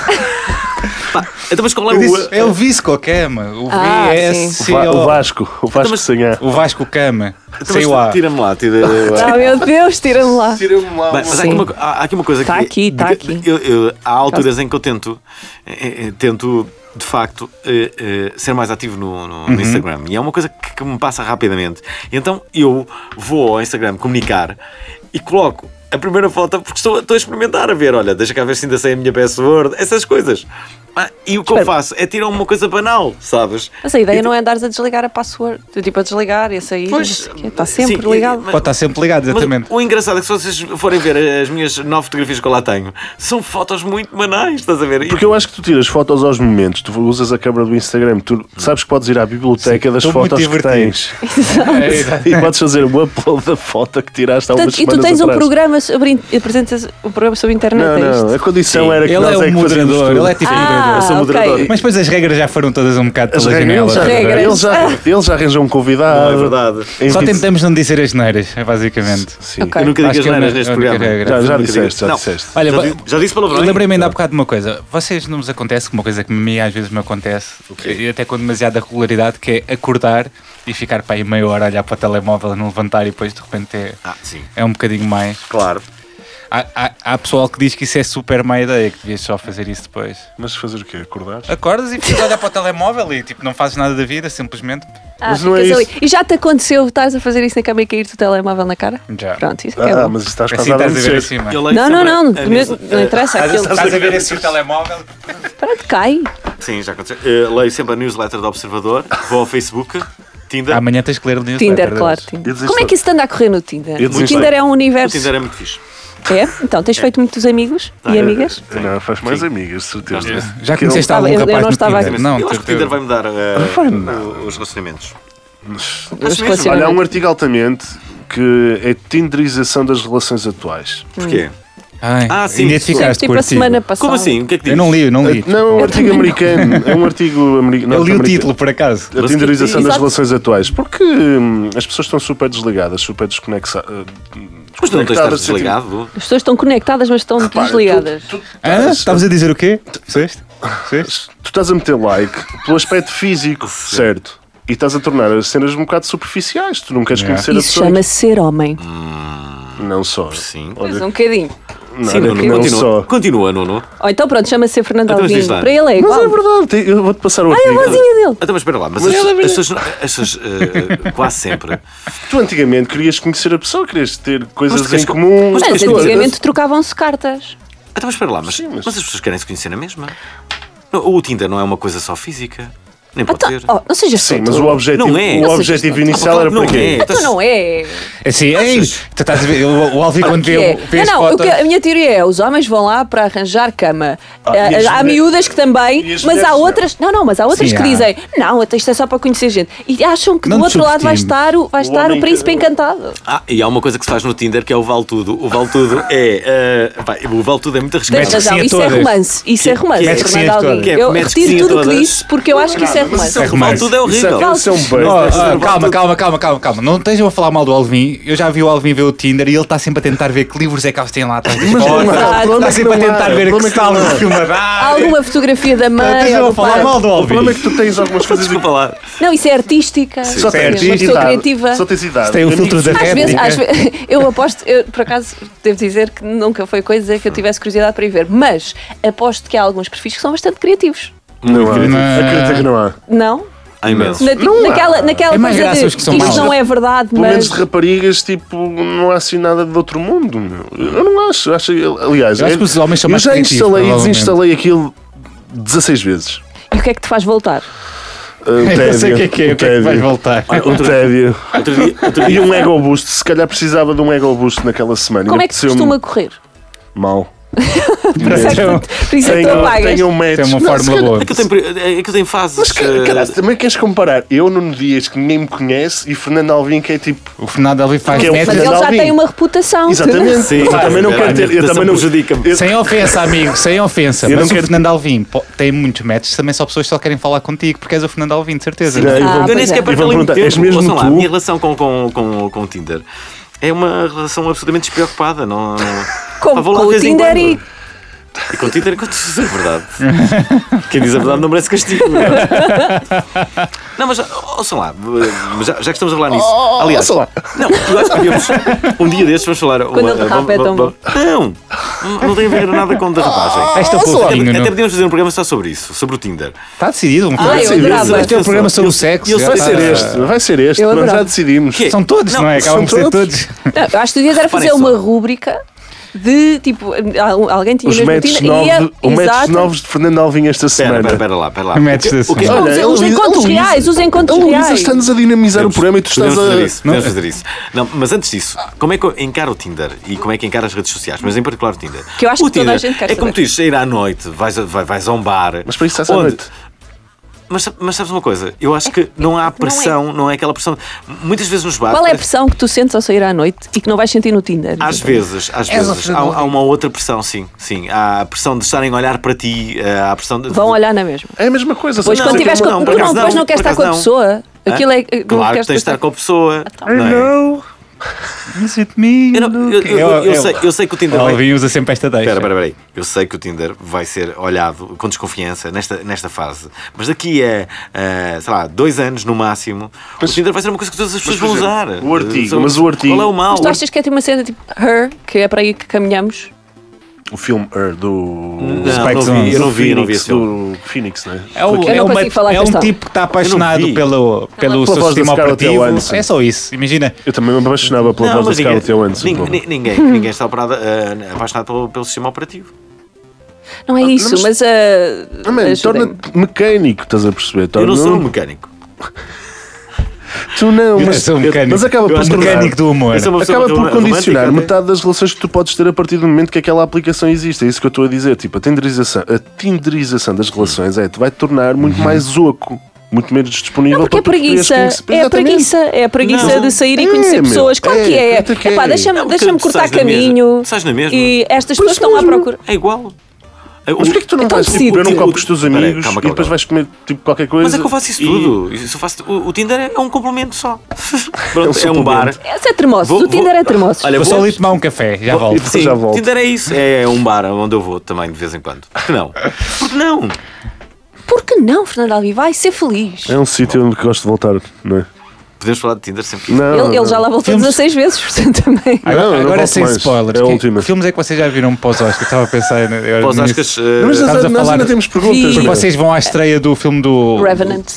S2: Pá, então, mas qual é
S4: Eu
S2: o.
S4: disse, é o vice qualquer, mano. O
S1: Ah,
S3: O, Va- o
S4: VSCO.
S3: Vasco, o Vasco
S2: mas-
S3: Sanhá.
S4: O Vasco Cama.
S2: Então,
S4: Sei
S2: mas
S4: lá.
S2: Tira-me lá, tira-me lá.
S1: Ah, meu Deus, tira-me lá.
S3: Tira-me lá.
S2: Bem, mas há
S1: Sim.
S2: aqui, uma, co- há- há aqui uma coisa
S1: Tá
S2: que.
S1: aqui, tá
S2: de-
S1: aqui.
S2: eu- eu- há alturas em que eu tento, eh, eh, tento de facto, eh, eh, ser mais ativo no, no-
S4: Uhum.
S2: no Instagram. E é uma coisa que, que me passa rapidamente. Então eu vou ao Instagram comunicar e coloco. A primeira foto, porque estou, estou a experimentar a ver, olha, deixa cá ver se ainda sei a minha password, essas coisas. Ah, e o que eu
S1: Espera.
S2: faço é tirar uma coisa banal, sabes?
S1: Mas a ideia não é andares a desligar a password. Tipo, a desligar e a sair. Está é, tá sempre
S2: sim,
S1: ligado.
S2: mas-
S4: Pode estar sempre ligado,
S2: Mas
S4: exatamente.
S2: o engraçado é que se vocês forem ver as minhas nove fotografias que eu lá tenho, são fotos muito banais, estás a ver? E-
S3: Porque eu acho que tu tiras fotos aos momentos, tu usas a câmera do Instagram, tu sabes que podes ir à biblioteca das
S4: estou muito
S3: fotos que
S4: divertido.
S3: tens
S4: É, exato.
S3: e podes fazer o upload da foto que tiraste há umas
S1: Portanto, e
S3: semanas
S1: tu tens um
S3: atrás.
S1: programa, sobre, in- apresentas um programa sobre internet,
S3: Não,
S1: é isto?
S3: não, a condição
S2: Sim.
S3: era que
S4: Ele
S3: nós
S4: é
S3: é
S4: o
S3: que fazíamos
S4: moderador.
S3: tudo.
S4: Ele é tipo
S1: Ah,
S4: moderador.
S3: sou
S1: ok.
S3: moderador.
S4: Mas depois as regras já foram todas um bocado
S3: As
S4: pela
S3: regras,
S4: janela.
S3: já,
S1: Regras. Ah.
S3: ele, já, ele já arranjou um convidado.
S2: Não é verdade.
S3: Em
S4: Só
S3: vinte-
S4: tentamos não dizer as neiras, é basicamente.
S3: Sim.
S1: Ok.
S2: Eu nunca digo
S4: Acho
S2: as
S4: que é a
S2: neiras
S4: única-
S2: neste
S4: a única
S2: programa.
S3: Já,
S4: regra.
S3: já
S2: Nunca digo-
S3: disseste, já
S2: Não.
S3: disseste.
S4: Olha,
S2: Já
S4: ba-
S2: di- já disse palavrões?
S4: Eu lembrei-me ainda há bocado de uma coisa. Vocês não vos acontece uma coisa que me às vezes me acontece, e até com demasiada regularidade, que é acordar e ficar para aí meia hora a olhar para o telemóvel, não levantar e depois de repente é,
S2: Ah, sim,
S4: é um bocadinho mais.
S2: claro.
S4: Há, há, há pessoal que diz que isso é super má ideia, que devias só fazer isso depois.
S3: Mas fazer o quê?
S1: É
S3: Acordar?
S4: Acordas e ficas a olhar para o telemóvel e tipo, não fazes nada da vida, simplesmente.
S1: Ah,
S3: Mas não é
S1: ficas ali.
S3: isso.
S1: E já te aconteceu, estás a fazer isso na cama e cair-te o telemóvel na cara?
S4: Já.
S1: Pronto, isso é que é
S3: Ah,
S1: bom.
S3: mas isso estás
S4: Assim
S3: quase a
S4: estás a ver
S3: acontecer.
S4: acima.
S2: Eu leio
S1: Não, não,
S2: sempre
S1: não,
S2: a
S1: não,
S2: mesma-
S1: não interessa. é Aquilo,
S4: Estás a ver assim o telemóvel.
S1: pronto, cai.
S2: Sim, já aconteceu. Eh, leio sempre a newsletter do Observador, vou ao Facebook, Tinder.
S4: Amanhã tens que ler o
S1: Tinder, claro.
S3: Eu
S1: Tinder.
S3: desisto.
S1: Como é que isso te anda a correr no Tinder?
S3: Eu
S1: O
S3: desisto.
S1: Tinder é um
S2: o
S1: universo.
S2: Tinder é muito fixe.
S1: É? Então, tens feito muitos amigos e
S2: Ah,
S1: amigas?
S2: Sim.
S3: Não, faz mais
S2: Sim.
S3: amigas, certeza.
S4: Já
S3: Que ele-
S4: conheceste
S1: Eu-
S4: algum
S1: eu não
S4: rapaz no
S1: estava aqui.
S4: Tinder? Não,
S2: eu acho que o
S4: teu-
S2: Tinder vai mudar eh,
S3: Vai nada.
S2: o- os relacionamentos.
S1: Os
S2: mesmo.
S1: relacionamentos.
S3: Olha, há um artigo altamente que é Tinderização das relações atuais.
S2: Porquê?
S4: Ai,
S2: Ah, sim,
S4: identificaste
S1: tipo
S4: com o
S1: a
S4: artigo.
S1: semana passada.
S2: Como assim? O que é que diz?
S4: Eu não li, eu não li.
S3: Não, é um
S1: Eu
S3: artigo
S1: também
S3: americano. É um artigo americano.
S4: Eu li o título, por acaso.
S3: A
S2: Mas
S3: tinderização
S2: que-
S3: das
S1: Exato.
S3: relações atuais. Porque hum, as pessoas estão super desligadas, super hum, desconexadas.
S2: Mas tu
S4: é
S2: não tens de estar
S3: assim.
S2: desligado?
S1: As pessoas estão conectadas, mas estão desligadas.
S3: Tu, tu,
S4: Ah,
S3: estás,
S4: estavas a dizer o quê? Seste? Seste?
S3: tu estás a meter like pelo aspecto físico, certo? E estás a tornar as cenas um bocado superficiais. Tu não queres
S4: Yeah.
S3: conhecer
S1: Isso
S3: a Hum. pessoa.
S1: chama-se ser homem.
S3: Não só.
S2: Sim.
S1: Mas
S3: Olha,
S1: um bocadinho.
S3: não,
S2: Sim,
S3: não,
S2: Nuno,
S3: não
S2: continua.
S3: só.
S2: Continua, Nuno.
S1: Ou então, pronto, chama-se ser Fernando
S2: Então, mas
S1: Alvim.
S2: diz lá.
S1: Para ele é
S3: Mas
S1: igual.
S3: é verdade, tem- eu vou-te passar o
S1: Ah, é a
S3: artigo.
S1: vozinha dele.
S2: Então, mas espera lá, mas,
S3: é
S2: as, as pessoas, não- as pessoas eh, quase sempre.
S3: Tu antigamente querias conhecer a pessoa, querias ter coisas
S2: Mas tu queres
S3: em
S2: co-
S3: comum.
S2: Mas tu
S1: Mas
S2: Mas tu-
S1: antigamente trocavam-se cartas.
S2: Então, mas espera lá, mas,
S3: Sim, mas-
S2: mas as pessoas querem se conhecer na mesma. Não, O Tinder não é uma coisa só física. Nem pode
S1: Então,
S2: ser.
S1: oh, não sejas
S3: Sim,
S1: solto.
S3: mas o objetivo,
S2: Não é.
S3: o
S2: Não
S3: objetivo inicial
S2: Ah,
S3: era
S2: não é.
S3: para quê?
S1: Então não é.
S4: Assim, ei, tu estás a ver, o o Alvi quando vê,
S1: Que é.
S4: vê as
S1: Não, não, o
S4: fotos.
S1: que- a minha teoria é: os homens vão lá para arranjar cama.
S3: Ah, e
S1: Ah,
S3: as
S1: há
S3: mulheres-
S1: miúdas que também,
S3: e
S1: mas
S3: as
S1: há
S3: mulheres não.
S1: outras. Não, não, mas há outras
S4: Sim,
S1: que
S4: há.
S1: dizem: não, até isto é só para conhecer gente. E acham que
S4: Não
S1: do
S4: te
S1: outro lado vai
S4: subestime.
S1: estar o, vai estar o
S3: homem
S1: príncipe
S3: que-
S1: encantado.
S2: Ah, e há uma coisa que se faz no Tinder que é o Vale Tudo. O Vale Tudo é. eh, pá, o Vale Tudo é muito arriscado.
S1: Tens
S4: Metes
S1: razão,
S4: sim a
S1: isso é
S4: todas.
S1: romance. Isso é romance,
S2: que é-
S1: Fernando
S4: que é-
S1: Alvim.
S2: que é-
S1: Eu
S2: metes
S1: retiro
S2: sim a
S1: tudo o que
S2: todas.
S1: disse porque eu acho que isso é
S3: Mas
S1: romance.
S4: é
S2: o Vale
S4: romance.
S2: Tudo é
S3: Isso
S2: horrível.
S3: é, isso é um beijo.
S4: Oh, ah, calma, calma, calma, calma, calma. Não estejam a falar mal do Alvin. Eu já vi o Alvin ver o Tinder e ele está sempre a tentar ver que livros é que eles têm lá atrás das
S1: não há,
S4: fotos.
S1: o
S3: problema
S4: Está
S3: é que
S4: sempre a
S3: não há,
S4: tentar
S3: o
S4: ver que
S3: problema é que
S4: está
S3: não
S4: no
S3: há.
S4: filme.
S1: Há alguma fotografia da mãe.
S4: Estejam
S1: ou
S4: a
S1: do
S4: falar
S1: pai.
S4: mal do
S3: O problema é
S4: Alvin.
S3: que tu tens algumas coisas que
S2: Desculpa lá.
S1: Não, isso é artística.
S3: só
S1: é
S3: tens
S1: uma pessoa criativa.
S3: idade. Só tens idade.
S4: Se tem o
S3: Amigos-
S4: filtro da
S1: Às
S4: É,
S1: vezes,
S4: diga.
S1: às vezes- eu aposto, eu, por acaso, devo dizer que nunca foi coisa que eu tivesse curiosidade para ir ver, mas aposto que há alguns perfis que são bastante criativos.
S3: Não há.
S4: Não.
S3: Acredita que não há.
S1: Não?
S2: Há imenso.
S1: Na- tipo, naquela naquela
S4: É mais
S1: coisa
S4: graças
S1: de
S4: que são
S1: isto
S4: maus.
S1: não é verdade,
S3: Pelo menos
S1: mas.
S3: de raparigas, tipo, não há assim nada de outro mundo. meu. Eu não acho. acho aliás, é-
S4: Eu acho que os homens são
S3: eu
S4: mais
S3: já
S4: criativos,
S3: instalei e
S4: provavelmente.
S3: desinstalei aquilo 16 vezes.
S1: E o que é que te faz voltar?
S3: Ah, o
S4: Eu sei
S3: tédio,
S4: o que é que é, o que é que vai
S3: tédio.
S4: voltar.
S3: Um tédio.
S2: Outro dia, outro
S3: E
S2: dia,
S3: um ego boost. Se calhar precisava de um ego boost naquela semana.
S1: Como
S3: E
S1: é que te costuma
S3: apeteceu-me
S1: correr?
S3: Mal.
S4: Então,
S1: Por isso é que tu
S3: um- Tenho,
S1: apagas.
S3: tenho um
S4: Isso é
S3: match.
S4: uma fórmula boa.
S2: é que eu tenho, peri- é que eu tenho fases.
S3: Mas ca-
S2: eh,
S3: caralho, também queres comparar eu, Nuno Dias, que ninguém me conhece, e Fernando Alvim, que é tipo.
S4: O Fernando Alvim faz
S3: Que é um
S1: Mas
S4: métodos.
S1: ele
S3: Fernando
S1: já
S3: Alvim.
S1: tem uma reputação.
S3: Exatamente.
S2: Sim,
S3: eu também não
S2: a
S3: quero ter. Eu
S2: reputação
S3: também não.
S2: prejudica-me.
S3: eu-
S4: Sem ofensa, amigo, sem ofensa.
S3: Eu não
S4: mas o
S3: quero-
S4: Fernando Alvim po- tem muitos métodos, também só pessoas que só querem falar contigo, porque és o Fernando Alvim, de certeza.
S3: Sim, e vão-
S1: Ah,
S2: Eu nem
S1: pois é.
S2: sequer perco
S3: E vão
S2: ali muito
S3: perguntar, és
S2: tempo.
S3: mesmo
S2: Ouçam lá, a
S3: tu?
S2: minha relação com, com, com, com o Tinder é uma relação absolutamente despreocupada. Não, não...
S1: Com,
S2: Pá, vou lá
S1: com
S2: de
S1: o
S2: vez em
S1: Tinder
S2: quando.
S1: e
S2: E com Twitter é com tudo, é verdade. Quem diz a verdade não merece castigo. Não, mas ouçam lá, mas já, já que estamos a falar nisso.
S1: Oh,
S2: Aliás,
S3: ouçam lá.
S2: não, eu acho que devíamos, um dia destes vamos falar.
S1: Quando ele derrapa é tão bom. Oh,
S2: Não, não tem a ver nada com derrapagem.
S4: Esta
S3: ouça lá.
S2: Até,
S4: pouquinho,
S2: até
S4: não?
S2: podíamos fazer um programa só sobre isso, sobre o Tinder.
S4: Está decidido. Um
S1: Ah, eu
S3: Sim,
S1: adorava.
S4: Este é um programa sobre
S2: Eu-
S4: o sexo.
S2: eu
S4: já
S2: sei
S3: Vai
S4: está.
S3: ser este, vai ser este.
S1: Eu
S3: Nós
S1: adorava.
S3: já decidimos.
S2: Ah. Que-
S4: São todos, não,
S2: Não,
S4: é?
S3: são
S4: Acabam por ser
S3: todos.
S4: todos.
S1: Não, acho que devias era
S2: Reparem
S1: fazer uma
S2: só.
S1: rúbrica de tipo, al- alguém tinha
S3: Os
S1: mesmo
S3: metros,
S1: Tinder e é ia-
S3: novos, o metros
S1: Exato.
S3: novos de Fernando Alvim esta
S2: Espera,
S3: semana.
S2: espera, espera lá, espera lá.
S4: Metes
S2: O que-
S4: desse
S2: o que- é?
S1: Não,
S3: Olha, é um
S1: os- os
S3: a Luísa-
S1: encontros
S3: a Luísa-
S1: reais, os encontros
S3: a Luísa
S1: reais.
S3: um está-nos a dinamizar o um programa e tu estás
S2: Podemos fazer isso,
S3: a. é?
S2: podemos fazer isso. Não, mas antes disso, como é que eu encaro o Tinder e como é que encaro as redes sociais, mas em particular o Tinder?
S1: Que eu acho
S2: o
S1: que toda
S2: Tinder
S1: a gente quer
S2: É como
S1: saber.
S2: tu dizes, ir à noite, vais a, vai- vais a um bar.
S3: Mas para isso estás à
S2: onde-
S3: noite.
S2: Mas, sa- mas sabes uma coisa? Eu acho que não há pressão, não é, aquela pressão. Muitas vezes nos bares.
S1: Qual é a pressão que tu sentes ao sair à noite e que não vais sentir no Tinder?
S2: Às vezes,
S1: É
S2: às vezes. Há, um- há uma outra pressão, sim. sim. Há a pressão de estarem a olhar para ti, eh, há a pressão de.
S1: Vão olhar na mesma.
S3: É a mesma coisa.
S1: Pois
S3: só
S1: quando
S3: que
S1: tiveres
S3: é
S1: com.
S3: uma-
S2: não, por
S1: tu não,
S2: acaso
S1: depois
S2: não,
S1: não queres
S2: por
S1: estar com a
S2: acaso
S1: pessoa.
S2: Hã?
S1: Aquilo é.
S2: Claro
S1: não
S2: que
S1: queres Ah, tá.
S2: tens de estar com a pessoa.
S4: I
S2: não é?
S4: know. Is it me?
S2: Eu, não- eu- eu-
S3: É
S2: eu- eu sei, eu sei que o Tinder vai-
S4: Alvin usa sempre esta deixa.
S2: Espera, espera, espera aí. Eu sei que o Tinder vai ser olhado com desconfiança nesta, nesta fase, mas daqui a, eh, sei lá, dois anos no máximo, o Tinder vai ser uma coisa que todas as pessoas
S3: por
S2: vão
S3: exemplo,
S2: usar.
S3: o artigo,
S2: Eh, sobre-
S3: mas o artigo-
S2: Qual é o mal?
S1: Mas tu achas que é tipo uma cena tipo Her, que é para aí que caminhamos?
S3: O filme er, do.
S2: Não,
S4: Spike
S2: não
S4: Jonze.
S2: vi, eu não vi, eu não vi esse filme.
S3: do Phoenix, não é?
S4: É, o,
S1: Eu
S4: é,
S1: não
S4: uma-
S1: consigo falar
S4: é
S1: com
S4: um
S1: esta.
S4: tipo que está
S2: Eu não
S4: apaixonado
S2: vi.
S4: pelo, pelo
S3: Pela
S4: seu
S3: voz da
S4: sistema
S3: Scarlett
S4: operativo.
S3: Johansson.
S4: É só isso. Imagina,
S3: Eu também me apaixonava pela
S2: Não,
S3: voz da
S2: mas ninguém,
S3: Scarlett Johansson.
S2: nin-
S3: Bruno.
S2: nin- ninguém, ninguém está operado, eh, apaixonado pelo, pelo sistema operativo.
S1: Não é isso,
S3: mas-
S1: mas. ah,
S3: Ah, man,
S1: ajudem-me.
S3: Torna-te mecânico, estás a perceber?
S2: Eu não
S3: Torna-
S2: sou um mecânico.
S3: Tu não, mas,
S4: sou um mecânico.
S3: mas acaba
S4: Eu
S3: por
S4: acho que
S3: tornar-
S4: mecânico do humor.
S2: Eu sou uma pessoa
S3: Acaba por
S2: romântica
S3: condicionar
S2: até.
S3: metade das relações que tu podes ter a partir do momento que aquela aplicação existe. É isso que eu estou a dizer. Tipo, a tinderização, a tinderização das relações é, te vai tornar muito
S2: Uhum.
S3: mais oco, muito menos disponível
S1: Não, porque é
S3: para tu poderes
S1: preguiça.
S3: conhecer-
S1: É a
S3: Exatamente.
S1: preguiça. É a preguiça
S2: Não.
S1: de sair e
S3: É,
S1: conhecer
S3: meu,
S1: pessoas. Claro
S3: é,
S1: que é.
S3: tanto que é.
S1: Epá, deixa-me
S2: Não, porque
S1: deixa-me
S2: tu
S1: cortar
S2: sais na mesma.
S1: caminho.
S2: Tu sais na mesma.
S1: E estas
S3: Pois
S1: pessoas estão lá à
S3: mesmo.
S1: procura.
S2: É igual. Eh,
S3: Mas
S2: o-
S3: porquê que tu não
S1: Então
S3: vais tipo,
S1: decide.
S3: beber um copo com os teus
S2: Espera aí,
S3: amigos
S2: calma,
S3: e
S2: calma,
S3: depois
S2: calma.
S3: vais comer tipo qualquer coisa?
S2: Mas é que eu faço isso
S3: e-
S2: tudo. Isso eu faço- o, o Tinder é um complemento só. Pronto, é, um
S3: suplemento.
S2: bar.
S1: Essa é termossos.
S2: Vou-
S1: O Tinder
S2: vou-
S1: é termossos.
S2: Olha,
S4: vou só
S2: vou-
S4: ali tomar um café, já
S2: vou-
S4: volto.
S2: Sim,
S3: Já volto.
S2: Tinder é isso. É um bar onde eu vou também de vez em quando. Por que não? Porque não?
S1: Por que não, Fernando Alvi? Vai ser feliz.
S3: É um sítio onde gosto de voltar, não é?
S2: Podemos falar de Tinder sempre que
S3: Não,
S1: Ele, ele
S3: não.
S1: já lá voltou
S4: Temos-
S1: 16 vezes, portanto também.
S3: Não, eu não
S4: Agora
S3: volto
S4: sem
S3: mais.
S4: spoilers.
S3: É a
S4: que-
S3: última.
S4: Que filmes é que vocês já viram pós Oscar? Estava a pensar.
S2: Para os
S4: Pós
S2: Oscars, eh,
S3: Mas
S4: Estamos
S3: nós,
S4: a
S3: nós
S4: falar-
S3: ainda temos perguntas.
S1: Sim.
S3: não é?
S4: Vocês vão à estreia do filme do
S1: Revenant.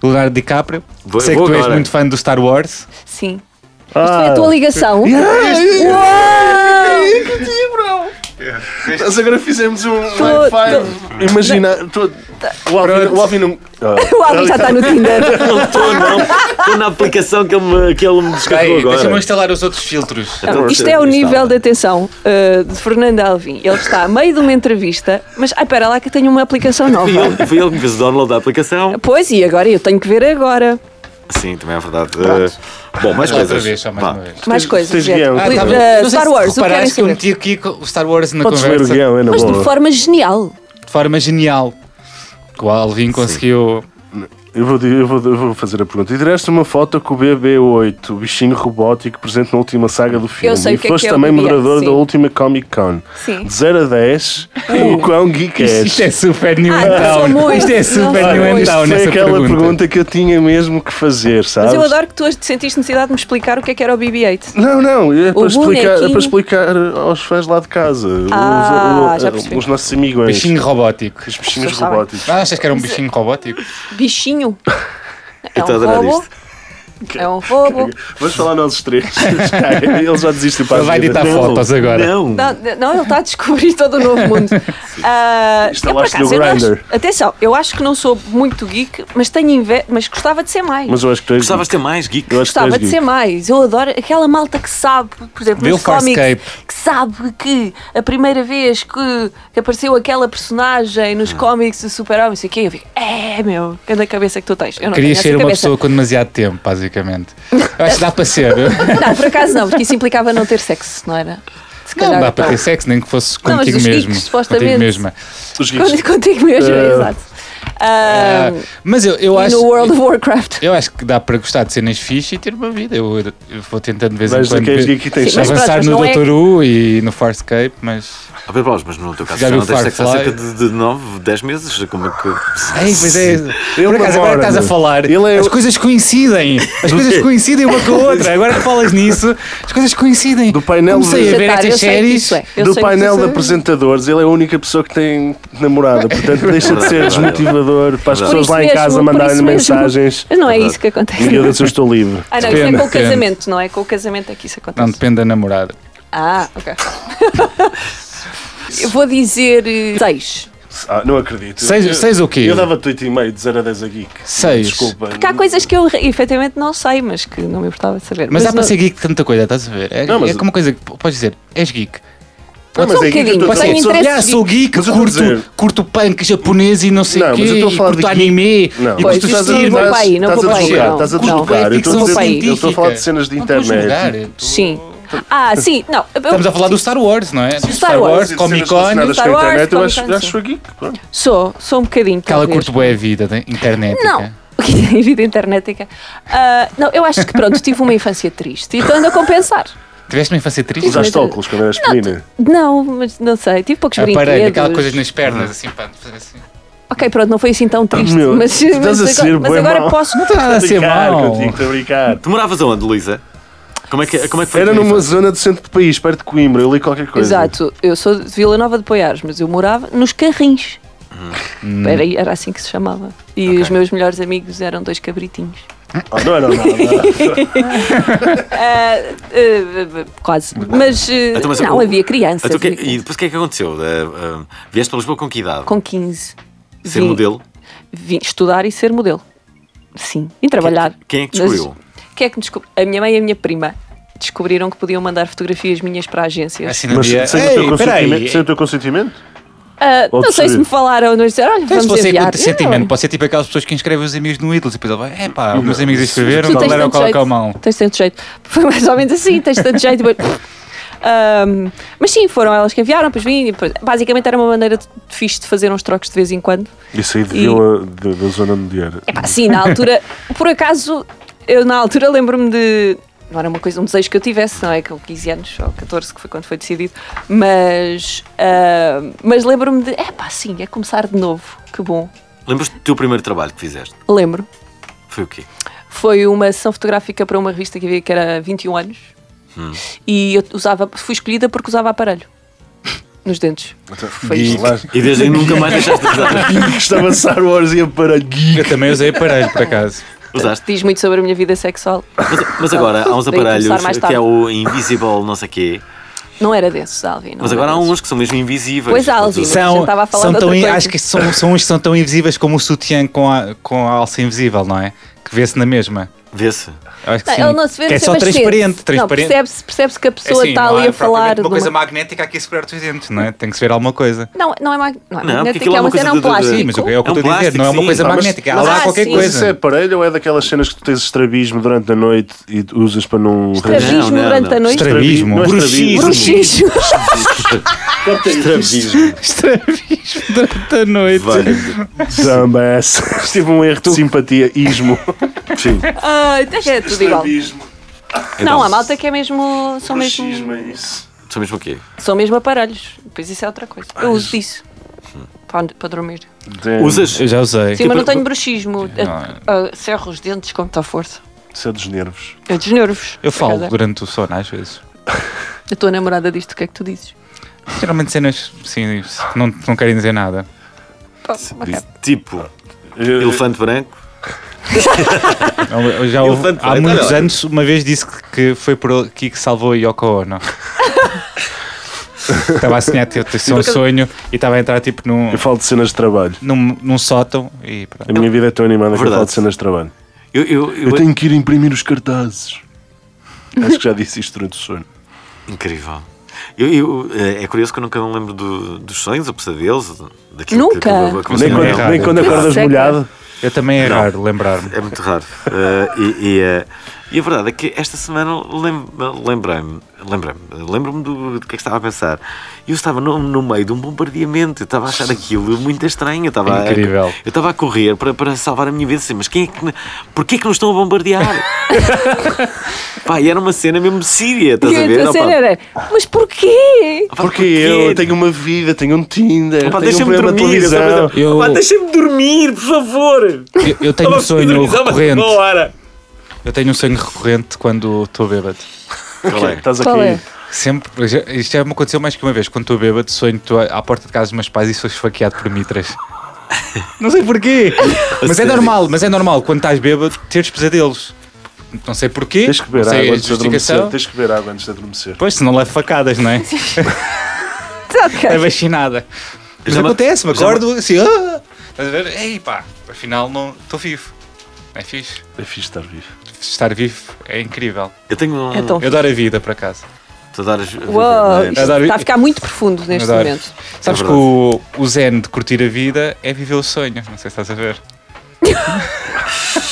S4: do Leonardo DiCaprio.
S2: Vou-
S4: Sei que
S2: vou
S4: tu és
S2: agora.
S4: muito fã do Star Wars.
S1: Sim.
S3: Ah.
S1: Isto foi a tua ligação. Uau!
S3: Nós agora fizemos um
S1: Tô-
S3: high-five. Imagina. tô- O Alvin- o Alvin não. Ah.
S1: O Alvi já está no Tinder.
S2: não estou, não. Estou na aplicação que ele me, que ele me descarregou
S4: Ei,
S2: agora.
S4: Deixa-me instalar os outros filtros.
S1: Não, isto é o nível de atenção uh, de Fernando Alvim. Ele está a meio de uma entrevista, mas ai, espera lá que eu tenho uma aplicação
S2: Foi
S1: nova.
S2: ele, foi ele que me fez o download da aplicação.
S1: Pois, e agora eu tenho que ver agora.
S2: Sim, também é verdade. Eh, bom, mais
S4: Outra
S2: coisas.
S4: vez, só mais
S2: Vá.
S4: uma vez.
S1: Mais
S3: Tens-
S1: coisas.
S3: tens
S1: gente.
S3: guião,
S1: Ah, Uh,
S3: Ah, tá bem.
S4: Não sei
S1: Star
S4: se
S1: Wars, o que querem
S4: reparaste que eu
S1: saber?
S4: meti aqui co- o Star Wars na
S3: Podes ler o
S4: conversa
S3: guião, é na
S1: Mas de
S3: boa.
S1: forma genial.
S4: de forma genial. Que o Alvin conseguiu.
S3: Eu vou, di- eu vou- eu vou fazer a pergunta. E tiraste uma foto com o BB-8, o bichinho robótico presente na última saga do filme.
S1: Eu sei
S3: e
S1: o que é que
S3: foste
S1: é o
S3: também
S1: BB-8,
S3: moderador
S1: sim.
S3: da última Comic Con.
S1: Sim.
S3: De 0 a 10, o quão geek és?
S4: Isto é super New
S1: Ah, então sou
S4: Town.
S1: muito.
S4: Isto é super
S1: Não,
S4: New
S1: sou
S4: and
S1: muito.
S3: Isto
S4: Town
S3: foi
S4: essa
S3: aquela pergunta.
S4: pergunta.
S3: que eu tinha mesmo que fazer, sabes?
S1: Mas eu adoro que tu hoje sentiste necessidade de me explicar o que é que era o BB-8.
S3: Não, não, é para explicar, é
S1: bonequinho.
S3: para explicar aos fãs lá de casa, os-
S1: Ah,
S3: os,
S1: já percebi.
S3: os nossos amigos,
S4: Bichinho robótico.
S3: os bichinhos
S1: Vocês sabem.
S3: robóticos.
S4: Ah, achas que era um bichinho robótico?
S1: Bichinho. É
S2: Eu estou a
S1: um
S2: adorar
S1: robô. É um robô.
S3: Vamos falar nós três. Ele já desiste para a
S4: Ele vai
S3: vida.
S4: editar
S3: Não,
S4: fotos agora.
S2: Não.
S1: Não, não, ele está a descobrir todo um novo mundo. Ah, eu, por
S3: Instalaste
S1: acaso,
S3: no
S1: eu não acho-
S3: Grindr.
S1: atenção, eu acho que não sou muito geek, mas tenho inve... mas gostava de ser mais.
S3: Mas eu acho que tu és
S2: Gostavas de
S3: geek.
S2: ter mais geek?
S3: Eu acho que tu és
S1: Gostava de
S3: geek.
S1: ser mais. Eu adoro aquela malta que sabe, por exemplo,
S4: Vê
S1: nos
S4: o Farscape.
S1: cómics, que sabe que a primeira vez que, que apareceu aquela personagem
S3: Ah.
S1: nos cómics do Super-Homem, não sei o quê, eu fico, é meu, anda a cabeça que tu tens. Eu não tenho
S4: Querias
S1: essa
S4: ser uma
S1: cabeça.
S4: pessoa com demasiado tempo, basicamente. Eu acho que dá para ser.
S1: Não, por acaso não, porque isso implicava não ter sexo, não era? Se
S4: Não dá para
S1: então.
S4: ter sexo, nem que fosse
S1: Não, mas
S4: contigo
S1: os
S4: mesmo.
S1: geeks, supostamente.
S4: Contigo mesma.
S3: Os geeks.
S1: Contigo, contigo mesmo,
S3: Eh,
S1: exato. Ah,
S4: Mas eu, eu
S1: e
S4: acho.
S1: no World of Warcraft.
S4: Eu acho que dá para gostar de cenas fixe e ter uma vida. Eu, eu vou tentando de vez em
S3: Vais
S4: quando
S3: daqueles
S4: ver-
S3: que é tens.
S1: Sim, mas
S4: avançar
S1: pronto, mas
S4: no
S1: não é-
S4: Dr. U e no Farscape, mas.
S2: Ah, Pedro Paulo, mas no teu caso
S4: Já
S2: já
S4: vi
S2: não
S4: o
S2: tens sexo há
S4: Firefly.
S2: cerca de, de 9, 10 meses. Como é que.
S4: Ei, pois é. Por
S3: Ah, Ele
S4: acaso, agora que
S3: namora,
S4: estás a
S3: meu.
S4: falar,
S3: Ele é
S4: as
S3: o-
S4: coisas coincidem. As coisas coincidem uma com a outra. Agora que falas nisso, as coisas coincidem.
S3: Do painel
S4: Comecei
S3: de-
S4: a ver
S1: Jantar, eu
S4: estas
S1: sei que
S4: séries.
S1: isso é. Eu
S3: do
S1: sei que
S3: painel
S1: isso
S3: de
S1: é.
S3: apresentadores, ele é a única pessoa que tem namorada, portanto deixa de ser desmotivador para as
S2: Por
S3: pessoas
S1: isso
S3: lá em
S1: mesmo,
S3: casa
S1: por
S3: mandarem
S1: isso mesmo.
S3: mensagens.
S1: Mas não é
S2: Verdade.
S1: isso que acontece.
S3: Meu Deus, eu estou livre.
S1: Ah, não, isso é
S4: Depende,
S1: com o
S4: depende.
S1: casamento, não é? Com o casamento é que isso acontece.
S4: Não depende da namorada.
S1: Ah, ok. eu vou dizer eh, 6.
S3: Ah, não acredito.
S4: Seis, seis o quê?
S3: Eu dava 8,5 de 0 a 10 a geek.
S4: Seis.
S3: Desculpa.
S1: Porque há coisas que eu efetivamente não sei, mas que não me importava de saber.
S4: Mas dá para
S1: não-
S4: ser geek de tanta coisa, estás a ver? É,
S3: Não, mas-
S4: é como uma coisa que p- podes dizer, és geek.
S3: Não, mas
S1: Só um
S3: é geek, eu
S1: bocadinho,
S3: estou a
S1: pode ser
S3: dizer-
S1: interesse.
S4: Já, sou
S3: Mas
S4: geek,
S3: eu estou a
S4: curto,
S3: dizer-
S4: curto punk japonês e não sei
S3: Não,
S4: o
S3: mas
S4: quê,
S3: eu estou a
S4: e
S3: falar de
S4: curto
S3: geek.
S4: anime,
S3: Não.
S4: e
S1: Pois,
S4: curto
S1: isso não
S4: circo.
S1: vou para aí, não
S3: estás
S1: vou
S3: a
S1: para aí,
S3: deslocar,
S1: não.
S3: estás a
S1: Não.
S3: deslocar. Eu estou a
S1: Não vou para
S3: dizer-
S1: aí.
S3: eu estou a falar de cenas de
S4: Não estou a julgar,
S3: internet.
S4: eu estou-
S1: Sim. Ah, sim, não.
S4: Estamos a falar do Star Wars, não é? Do
S1: Star Wars.
S3: Cenas
S4: Comic Con.
S3: relacionadas com a
S1: Star Wars,
S3: internet, eu
S1: Comic
S3: acho
S1: Con,
S3: acho
S1: sim.
S3: a geek. pronto.
S1: Sou, sou um bocadinho.
S4: Que ela
S1: talvez.
S4: curte boa a vida da internet.
S1: Não. Em vida internetica. Ah, não, eu acho que pronto, tive uma infância triste. Então ando a compensar.
S4: Tiveste uma infância triste?
S3: Usaste óculos quando eras pequenina.
S1: Não, mas não sei. Tive poucos
S4: Aparelho,
S1: brinquedos.
S4: aquela coisa nas pernas, assim, pá, fazer assim.
S1: Ok, pronto, não foi assim tão triste.
S3: meu,
S1: mas,
S3: tu estás
S1: mas
S3: a ser
S1: agora, mas
S3: bué
S1: agora
S3: mau.
S1: posso.
S4: Não está
S3: Ah,
S4: nada a ser
S3: Brincar
S4: mau.
S3: contigo, estou a brincar.
S2: Tu moravas onde, Luísa? Como é que, como é que foi? a
S3: Era
S2: tua
S3: numa
S2: infância?
S3: zona do centro do país, perto de Coimbra, eu li qualquer coisa.
S1: Exato, eu sou de Vila Nova de Poiares, mas eu morava nos Carrins.
S2: Hum.
S1: Era, era assim que se chamava. E os meus melhores amigos eram dois cabritinhos.
S3: Ah, não, não, não, não.
S1: Ah, ah, ah, quase. Mas, ah,
S2: Então, mas
S1: não,
S2: o-
S1: havia criança.
S2: Então, o que-
S1: havia
S2: e
S1: criança.
S2: depois o que é que aconteceu? Uh, uh, vieste para Lisboa com que idade?
S1: Com 15.
S2: Ser
S1: vim-
S2: modelo?
S1: vim estudar e ser modelo. Sim. E trabalhar.
S2: Quem é que
S1: Mas-
S2: descobriu?
S1: Quem é que me descobriu? A minha mãe e a minha prima descobriram que podiam mandar fotografias minhas para agências.
S4: Assim no
S3: Mas
S4: dia.
S3: sem, o teu
S4: Ei,
S3: consentimento,
S4: peraí.
S3: sem o teu consentimento?
S1: Ah,
S3: Ou
S1: não sei se
S3: descobriram.
S1: me falaram ou não disseram, olha,
S4: Se
S1: vamos
S4: você
S1: enviar.
S4: encontra sentimento,
S1: Não.
S4: pode ser tipo aquelas pessoas que inscrevem os amigos no Ídolos e depois ela vai, é pá, os meus amigos escreveram,
S1: Tu tens
S4: galera
S1: tanto
S4: coloca a
S1: jeito.
S4: mão.
S1: Tens tanto jeito. Foi mais ou menos assim, tens tanto jeito. mas- Ahm, mas sim, foram elas que enviaram, depois vim. e depois- basicamente era uma maneira de, fixe de fazer uns trocos de vez em quando.
S3: Isso aí de
S1: E-
S3: Vila, de- da zona onde era.
S1: Epá, sim, na altura, por acaso, eu na altura lembro-me de. Não era uma coisa, um desejo que eu tivesse, não é? Com 15 anos ou 14, que foi quando foi decidido. Mas, ahm, mas lembro-me de. É pá, sim, é começar de novo. Que bom.
S2: Lembras-te do teu primeiro trabalho que fizeste?
S1: Lembro.
S2: Foi o quê?
S1: Foi uma sessão fotográfica para uma revista que havia que era 21 anos e eu usava, fui escolhida porque usava aparelho nos dentes. É, Foi isto.
S2: E desde aí nunca mais deixaste de usar.
S3: Estava Star Wars e para
S4: Eu também usei aparelho, por acaso.
S2: Usaste?
S1: Diz muito sobre a minha vida sexual.
S2: Mas, mas agora há uns
S1: Daí começar
S2: aparelhos
S1: mais
S2: que
S1: tarde.
S2: é o Invisible, não sei quê.
S1: Não era desses, Alvin. não
S2: Mas
S1: era
S2: agora há um
S1: desses.
S2: uns que são mesmo invisíveis.
S1: Pois há,
S2: Todos
S1: Alvin.
S2: os-
S1: Sim, já estava a falar
S4: são
S1: de
S4: tão
S1: outra
S4: in-
S1: coisa.
S4: acho que são, são uns que são tão invisíveis como o sutiã com a, com a alça invisível, não é? Que vê-se na mesma.
S2: Vê-se.
S4: Eu acho que
S1: Não,
S4: sim.
S1: Tá, ele não se vê,
S4: que é
S1: percebe,
S4: só
S1: mas
S4: transparente.
S1: sente-se. Não,
S4: transparente.
S1: percebe-se percebe que a pessoa
S4: É assim,
S1: está
S4: não
S1: ali
S4: é
S1: a falar.
S4: propriamente Uma
S1: de
S4: coisa magnética aqui a segurar os teus dentes, não é? Tem que se ver alguma coisa.
S1: Não, não é magnético,
S2: Não,
S1: não, é
S2: porque
S1: magnética,
S2: aquilo
S1: é uma cena
S2: de- de-
S1: plástica.
S2: de-
S4: Sim, mas o que- é o que
S2: É
S4: eu
S2: um
S4: estou a dizer,
S2: plástico,
S4: não é uma
S2: sim.
S4: coisa
S2: Ah,
S3: mas-
S4: magnética. Há assim,
S1: mas-
S4: lá
S1: ah,
S4: qualquer
S1: sim.
S3: Mas isso é
S4: coisa.
S3: aparelho ou é daquelas cenas que tu tens estrabismo durante a noite e usas para não...
S1: Estrabismo
S2: Não, não,
S1: durante
S2: não.
S1: a noite.
S4: Estra- Estrabismo.
S3: Não é estrabismo.
S1: Bruxismo.
S2: Estrabismo.
S4: Estrabismo durante a noite.
S3: Dumbass. Tive um erro de simpatia. Ismo. é Sim.
S1: Ai, é tudo igual.
S3: Estrabismo.
S1: Não, a malta que é mesmo. São mesmo.
S3: Bruxismo é isso.
S2: São mesmo o quê?
S1: São mesmo aparelhos. Pois isso é outra coisa. Eu uso disso. Para, para dormir.
S3: Damn.
S2: Usas?
S4: Eu já usei.
S1: Sim, mas não tenho bruxismo. Ah, ah, Cerro os dentes com muita força.
S3: Isso é dos nervos.
S1: Eu desnervos.
S4: Eu falo
S1: Por acaso
S4: durante o sono às vezes.
S1: é. A tua namorada diz-te o que é que tu dizes.
S4: Geralmente cenas, sim, que não, não querem dizer nada.
S1: Pá, ok.
S2: Tipo,
S3: Eu-
S2: elefante branco.
S4: Eu- eu já
S2: Ele
S4: houve-
S2: tanto-
S4: há
S2: olha,
S4: muitos
S2: olha.
S4: anos, uma vez disse que- que foi por aqui que salvou a Yoko Ono. estava a sonhar, tipo, isso é um sonho, e estava a entrar tipo num,
S3: Eu falo de cenas de trabalho.
S4: num, num sótão e pronto.
S3: A minha vida é tão animada que eu
S2: Verdade.
S3: falo de cenas de trabalho.
S2: Eu, eu, eu-
S3: Eu tenho que ir imprimir os cartazes. Acho que já disse isto durante o sono.
S2: Incrível. Eu, eu, eh, é curioso que eu nunca me lembro do- dos sonhos ou pesadelos. Daquilo
S1: Nunca?
S2: Que, que, que, que,
S3: Nem
S4: Sim, é
S3: quando,
S4: errado.
S3: nem quando acordas
S1: Seca.
S3: molhado.
S4: Eu também é raro lembrar-me.
S2: É muito raro. Eh, e e, eh, E a verdade é que esta semana lem- lembrei-me, lembrei-me, lembro-me do, do que é que estava a pensar. E eu estava no, no meio de um bombardeamento, eu estava a achar aquilo muito estranho. Eu estava a-
S4: Incrível.
S2: eu estava a correr para, para salvar a minha vida, assim, mas quem é que, me- porquê é que nos estão a bombardear? Pá, e era uma cena mesmo síria, estás
S1: E
S2: a
S1: a
S2: ver?
S1: tua
S2: Opa,
S1: cena era, mas porquê?
S2: opa,
S3: Porque
S2: porquê?
S3: eu tenho uma vida, tenho um Tinder,
S2: Opa,
S3: tenho um
S2: deixa-me
S3: programa de
S2: dormir, essa
S3: televisão.
S2: coisa-
S4: Eu-
S2: Opa, deixa-me dormir, por favor.
S4: Eu, eu tenho um sonho recorrente.
S2: Uma hora.
S4: Eu tenho um sonho recorrente quando estou bêbado.
S3: Estás a
S1: Qual
S3: cair.
S1: é?
S4: Sempre, já- isto já me aconteceu mais que uma vez. Quando estou bêbado, sonho que estou à- à porta de casa dos meus pais e sou esfaqueado por mitras. Não sei porquê. mas é
S2: sério?
S4: normal, mas é normal quando estás bêbado teres pesadelos. Não sei porquê.
S3: Tens que beber
S4: não sei
S3: água
S4: a
S3: antes de adormecer.
S4: é justificação.
S3: Tens que beber água antes de adormecer.
S4: Pois, se não levo facadas, não é?
S1: Tá, Ok.
S4: É vacinada. Mas
S2: Já me-
S4: acontece, me
S2: já me-
S4: acordo assim. Ah! Estás a ver? Ei pá, afinal não estou vivo. É fixe.
S3: É fixe estar vivo.
S4: Estar vivo é incrível.
S2: Eu tenho um.
S1: Então,
S4: Eu adoro a vida, por acaso.
S2: Tu adoras-
S1: Uau, isto
S2: É,
S4: Adoro-
S1: está a ficar muito profundo neste
S4: Adoro.
S1: momento.
S4: Sabes
S2: É
S4: que o, o zen de curtir a vida é viver o sonho. Não sei se estás a ver.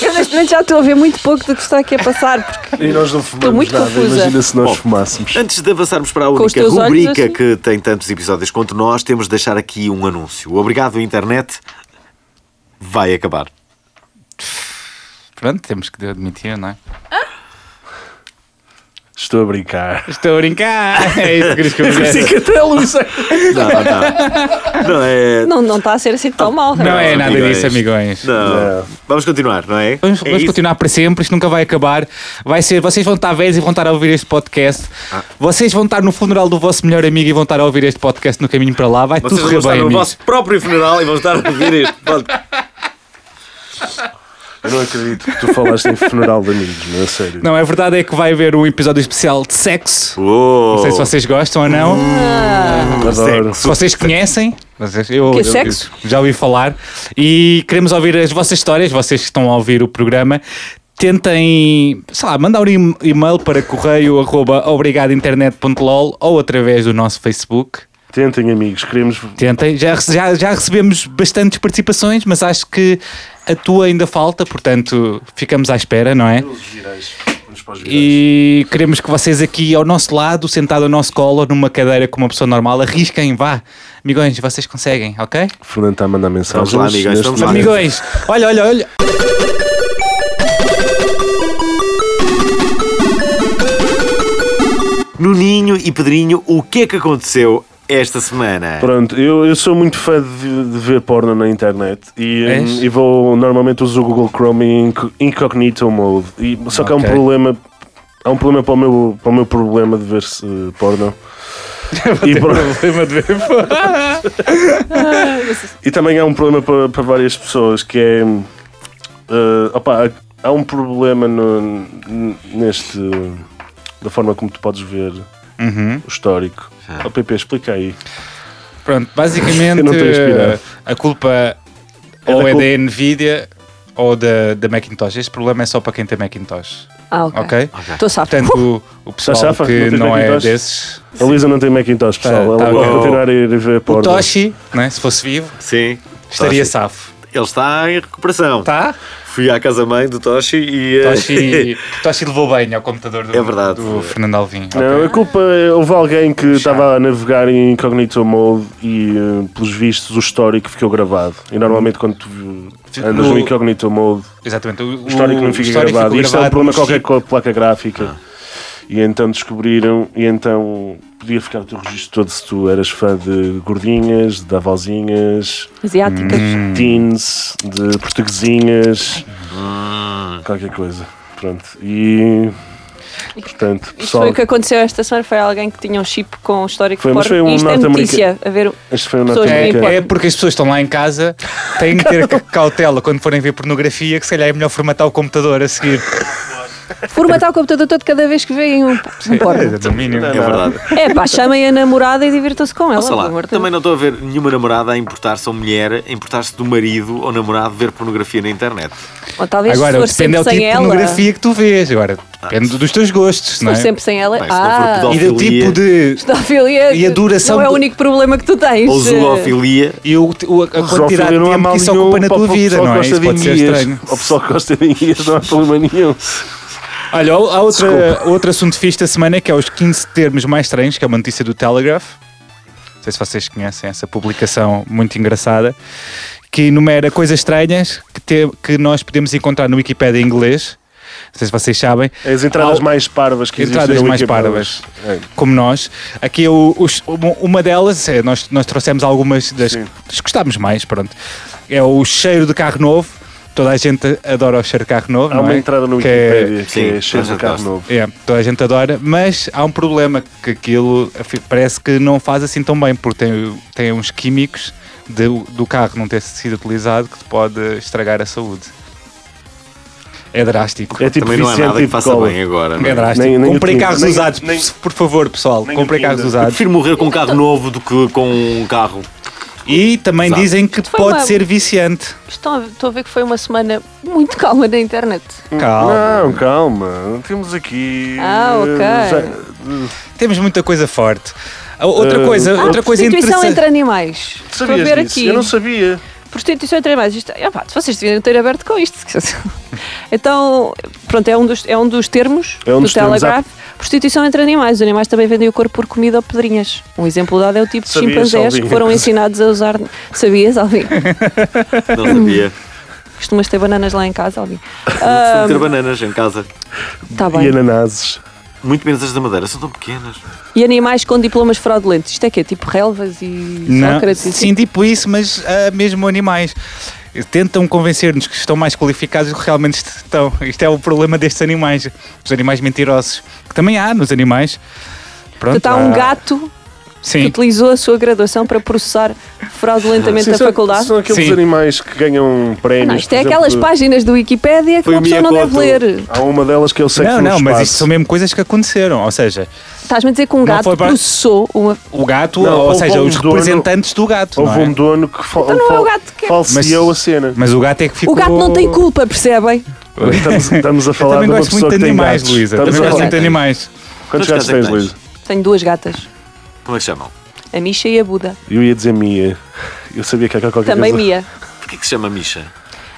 S1: Eu neste momento já estou a ver muito pouco do que está aqui a passar, porque
S3: E nós não
S1: Estou
S3: fumamos
S1: muito
S3: nada.
S1: confusa.
S3: Imagina se nós
S2: Bom,
S3: fumássemos.
S2: Antes de avançarmos para a
S1: os
S2: única
S1: teus olhos,
S2: rubrica
S1: assim?
S2: que tem tantos episódios quanto nós, temos de deixar aqui um anúncio. O Obrigado, internet. Vai acabar.
S4: Pronto, temos que admitir, não é?
S3: Estou a brincar.
S4: Estou a brincar! É isso que eu queria dizer.
S2: Não, não. Não é.
S1: não, não está a ser assim tão mal.
S4: Não é nada
S2: amigões.
S4: disso, amigões.
S2: Não.
S3: Não.
S2: Vamos continuar, não é?
S4: Vamos,
S2: É
S4: vamos
S2: isso?
S4: continuar para sempre, isto nunca vai acabar. Vai ser, vocês vão estar velhos e vão estar a ouvir este podcast.
S2: Ah.
S4: Vocês vão estar no funeral do vosso melhor amigo e vão estar a ouvir este podcast no caminho para lá. Vai
S2: Vocês
S4: tudo
S2: vão
S4: correr
S2: estar
S4: bem,
S2: no
S4: amigos.
S2: vosso próprio funeral e vão estar a ouvir isto. Pronto.
S3: Eu não acredito que tu falaste em funeral de amigos, meu, a sério.
S4: Não, a verdade é que vai haver um episódio especial de sexo.
S2: Uou.
S4: Não sei se vocês gostam ou não.
S3: Adoro.
S4: Se vocês conhecem, vocês- eu,
S1: Que é
S4: eu-
S1: sexo?
S4: eu já ouvi falar e queremos ouvir as vossas histórias, vocês que estão a ouvir o programa. Tentem, sei lá, mandar um e- e-mail para correio arroba obrigadointernet.lol ou através do nosso Facebook.
S3: Tentem, amigos, queremos.
S4: Tentem, já, rece- já, já recebemos bastantes participações, mas acho que a tua ainda falta, portanto ficamos à espera, não é?
S3: Os virais. Vamos para os virais.
S4: E queremos que vocês aqui ao nosso lado, sentado ao nosso colo, numa cadeira como uma pessoa normal, arrisquem, vá. Amigões, vocês conseguem, ok?
S3: Fernando está a mandar mensagem.
S2: Vamos lá, amigos, vamos lá.
S4: Amigões, olha, olha, olha.
S2: Nuninho e Pedrinho, o que é que aconteceu esta semana?
S3: Pronto, eu, eu sou muito fã de, de ver porno na internet e, hum,
S4: És?
S3: e vou normalmente uso o Google Chrome em inc- incognito mode. E, só que há um
S4: Ok.
S3: problema. Há um problema para o meu, para o meu problema de ver se porno. e, pro-
S4: Problema de ver fora.
S3: e também há um problema para, para várias pessoas que é. hum, eh, opá, há- há um problema no- n- neste. da forma como tu podes ver
S4: Uhum.
S3: o histórico.
S2: Ah.
S3: Ó PP, explica aí.
S4: Pronto,
S3: Eu
S4: basicamente
S3: não estou inspirado.
S4: a culpa
S3: É
S4: ou
S3: da
S4: é
S3: culpa-
S4: da Nvidia ou da, da Macintosh. Este problema é só para quem tem Macintosh,
S1: Ah, ok.
S4: ok?
S1: Estou sabe.
S4: Portanto, o, o pessoal
S3: Uhum. safa? Não
S4: que
S3: tens
S4: não, é
S3: Macintosh?
S4: desses.
S3: A Luísa não tem Macintosh, pessoal.
S4: Tá,
S3: Ela
S4: tá
S3: vai
S2: bom.
S3: continuar a ir ver
S4: O
S3: porno.
S4: Toshi, né, se fosse vivo,
S2: Sim.
S4: estaria
S2: Toshi.
S4: safo.
S2: Ele está em recuperação.
S4: Tá?
S2: Fui à casa-mãe do Toshi e... eh,
S4: Toshi, Toshi levou bem ao computador do,
S2: É verdade.
S4: do Fernando Alvim.
S3: Não, a culpa é- houve alguém que estava a navegar em incognito mode e, eh, pelos vistos, o histórico ficou gravado. E normalmente, quando tu eh, andas
S4: No-
S3: no incognito mode,
S4: Exatamente. O,
S3: o histórico não fica gravado. Ah. E Isto é um problema qualquer com a placa gráfica. E então descobriram, e então podia ficar o teu registro todo se tu eras fã de gordinhas, de avózinhas,
S1: Asiáticas.
S3: hum, teens, de portuguesinhas, qualquer coisa. Pronto. E. Portanto,
S1: Isto foi
S3: pessoal,
S1: o que aconteceu esta semana. Foi alguém que tinha um chip com um histórico
S3: Foi,
S1: de
S3: mas
S1: porno.
S3: foi um
S1: e isto é
S3: norte-americano.
S1: notícia. A ver,
S3: este foi o
S1: pessoas
S3: norte-americano.
S1: que
S4: É, é porque as pessoas estão lá em casa, têm que ter ca- cautela quando forem ver pornografia, que se calhar é melhor formatar o computador a seguir.
S1: formatar o computador todo cada vez que veem um, um porno.
S4: É, mínimo.
S2: É verdade.
S1: É pá, chamem a namorada e divirtam-se com ela.
S2: Ouça
S1: pelo
S2: lá,
S1: amor de Deus.
S2: também não estou a ver nenhuma namorada a importar-se ou mulher a importar-se do marido ou namorado ver pornografia na internet.
S1: Ou talvez se
S4: Agora,
S1: for
S4: depende
S1: sempre
S4: do tipo
S1: sem
S4: de
S1: ela.
S4: pornografia que tu vês. Agora,
S3: Ah.
S4: depende dos teus gostos,
S1: Se
S4: não
S1: for
S4: é?
S1: sempre sem ela.
S2: Bem, se não for
S1: ah,
S2: pedófilo-
S4: E do tipo de.
S1: pedofilia
S4: E a duração
S1: não é o
S4: do-
S1: único problema que tu tens. Eh,
S2: Ou zoofilia.
S4: E o, o- a quantidade de
S3: Zoofilia não há
S4: tempo
S3: mal
S4: que isso
S3: nenhum
S4: ocupa na
S3: para o
S4: tua
S3: pessoal
S4: vida,
S3: que
S4: não é?
S3: gosta
S4: Isso
S3: de
S4: pode ser
S3: enguias.
S4: estranho.
S3: Ao pessoal que gosta de enguias não há problema nenhum.
S4: Olha, há outra, outro assunto fixe da semana que é os 15 termos mais estranhos, que é uma notícia do Telegraph. Não sei se vocês conhecem essa publicação muito engraçada, que enumera coisas estranhas que, te- que nós podemos encontrar no Wikipedia em inglês. Não sei se vocês sabem.
S3: As entradas
S4: Há-
S3: mais parvas que existem.
S4: Entradas
S3: no
S4: mais
S3: Wikipedia.
S4: parvas.
S3: É.
S4: como nós. Aqui o- os- uma- uma delas, é, nós, nós trouxemos algumas das
S3: Sim.
S4: das que gostámos mais, pronto. É o cheiro de carro novo. Toda a gente adora o cheiro de carro novo.
S3: Há
S4: não
S3: uma
S4: é?
S3: entrada no
S4: Que é-
S3: Wikipedia que
S2: Sim,
S3: é cheio de
S2: mas
S3: carro
S2: gosto.
S3: novo.
S4: É, toda a gente adora, mas há um problema que aquilo afi- parece que não faz assim tão bem, porque tem, tem uns químicos de- do carro não ter sido utilizado que pode estragar a saúde. É drástico.
S3: É tipo
S2: Também não é
S3: Vicente
S2: nada que
S3: e
S2: faça
S3: Cola.
S2: bem agora. não é?
S4: É drástico.
S3: Nem- nem o
S4: comprei
S3: Tinder.
S4: carros
S3: Nem-
S4: usados,
S3: nem-
S4: por favor, pessoal.
S3: nem o
S4: Comprei carros
S3: Tinder.
S4: usados.
S2: Prefiro morrer com um
S1: Então-
S2: carro novo do que com um carro.
S4: E também
S2: Exato.
S4: dizem que
S1: Foi
S4: pode
S1: uma-
S4: ser viciante.
S1: Estão a ver- Estou a ver que foi uma semana muito calma na internet.
S4: Calma.
S3: Não, calma. Temos aqui. eh,
S1: Ah, ok.
S3: ok.
S4: Temos muita coisa forte. A- Outra
S3: Eh,
S4: coisa,
S1: Ah,
S4: outra coisa
S1: prostituição
S4: interessante.
S1: entre animais. Estou a
S3: Sabias
S1: ver
S3: disso?
S1: aqui.
S3: Eu não sabia.
S1: Prostituição entre animais. Isto, ah, pá, se vocês deviam ter aberto com isto. então, pronto, é um dos, é um dos termos
S3: É um
S1: do
S3: dos termos,
S1: Telegraph. Prostituição entre animais. Os animais também vendem o corpo por comida ou pedrinhas. Um exemplo dado é o tipo de
S3: Sabias,
S1: chimpanzés que
S3: Alvin?
S1: foram ensinados a usar. Sabias, Alvin?
S2: Não sabia.
S1: Costumas ter bananas lá em casa, Alvin? Ah.
S2: Costumo ter bananas em casa.
S1: Está
S3: E
S1: bem.
S3: ananases.
S2: Muito menos as da Madeira, são tão pequenas.
S1: E animais com diplomas fraudulentos. Isto é que é tipo relvas e
S4: Não,
S1: Sócrates. e
S4: sim, tipo isso, mas ah, mesmo animais. Tentam convencer-nos que estão mais qualificados do que realmente estão. Isto é o problema destes animais. Os animais mentirosos. Que também há nos animais. Pronto.
S1: Portanto, há um
S4: há-
S1: gato que
S4: ah, Sim.
S1: utilizou a sua graduação para processar fraudulentamente
S3: Sim,
S1: a
S3: são-
S1: faculdade.
S3: São aqueles
S4: Sim.
S3: animais que ganham prémios.
S1: não, isto
S3: por
S1: é
S3: exemplo,
S1: aquelas
S3: de-
S1: páginas do Wikipédia que
S2: Foi
S1: uma
S2: o
S1: pessoa não deve
S2: Miyakoto.
S1: ler.
S3: Há uma delas que é eu sei que
S4: Não,
S3: no
S4: não, mas
S3: espaço.
S4: isto são mesmo coisas que aconteceram. Ou seja,
S1: Estás-me a dizer que um
S4: Não
S1: gato
S4: foi para-
S1: processou uma.
S4: o gato,
S3: Não,
S4: ou
S3: houve
S4: seja,
S3: um
S4: os
S3: dono-
S4: representantes do gato.
S3: Houve
S4: não é?
S3: um dono que fa-
S1: não é
S3: fa-
S1: o gato que é.
S3: falseou
S4: Mas-
S3: a cena.
S4: Mas o gato é que ficou.
S1: O gato não tem culpa, percebem?
S3: Estamos, estamos a
S4: Eu
S3: falar
S4: também
S3: de uma
S4: gosto
S3: pessoa
S4: muito de
S3: que tem
S4: animais,
S3: gatos.
S4: Luísa.
S3: Estamos
S4: Também
S3: a
S4: gosto
S3: falar-
S4: muito de animais.
S3: Quantos gatos tens, Luísa?
S1: Tenho duas gatas,
S2: Como é que se chamam?
S1: a Misha e a Buda.
S3: Eu ia dizer Mia. Eu sabia que era qualquer
S1: Também
S3: coisa.
S1: Mia.
S2: Porquê que se chama Misha?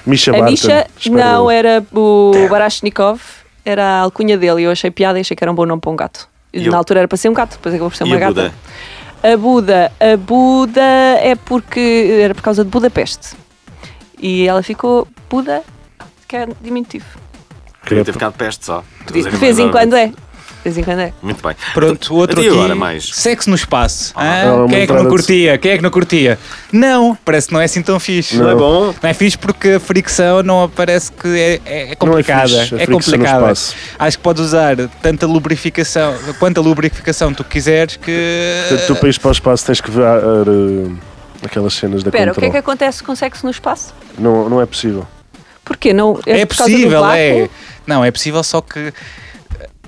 S3: Misha
S1: A
S3: Barton.
S1: Misha
S3: Espero
S1: não
S3: eu.
S1: era o Barashnikov, era a alcunha dele. e Eu achei piada e achei que era um bom nome para um gato.
S2: E
S1: E
S2: o-
S1: Na altura era para ser um gato, depois acabou por ser
S2: E
S1: uma
S2: a
S1: gata.
S2: Buda?
S1: A Buda, a Buda é porque era por causa de Budapeste. E ela ficou Buda, que é diminutivo. é-
S3: é-
S2: Queria ter ficado peste só.
S1: De vez em quando é. De vez em quando é.
S2: Muito bem.
S4: Pronto, outro
S2: E
S4: aqui.
S2: agora mais?
S4: Sexo no espaço. Ah,
S3: é uma
S4: quem é que não
S3: entrada de-
S4: curtia? Quem é que não curtia? Não, parece que não é assim tão fixe.
S3: Não.
S2: Não é bom?
S4: Não é fixe porque a fricção não parece que é, é- é complicada.
S3: fixe, a
S4: é
S3: fricção no
S4: complicada.
S3: espaço.
S4: Acho que podes usar tanta lubrificação, quanta lubrificação tu quiseres que.
S3: Portanto, tu para ires para o espaço tens que ver uh, aquelas cenas da
S1: Espera, o que é
S3: Control.
S1: que acontece com sexo no espaço?
S3: Não, não é possível.
S1: Porquê? Não,
S4: É
S1: por causa do
S4: possível, é.
S1: vácuo?
S4: Não, é possível, só que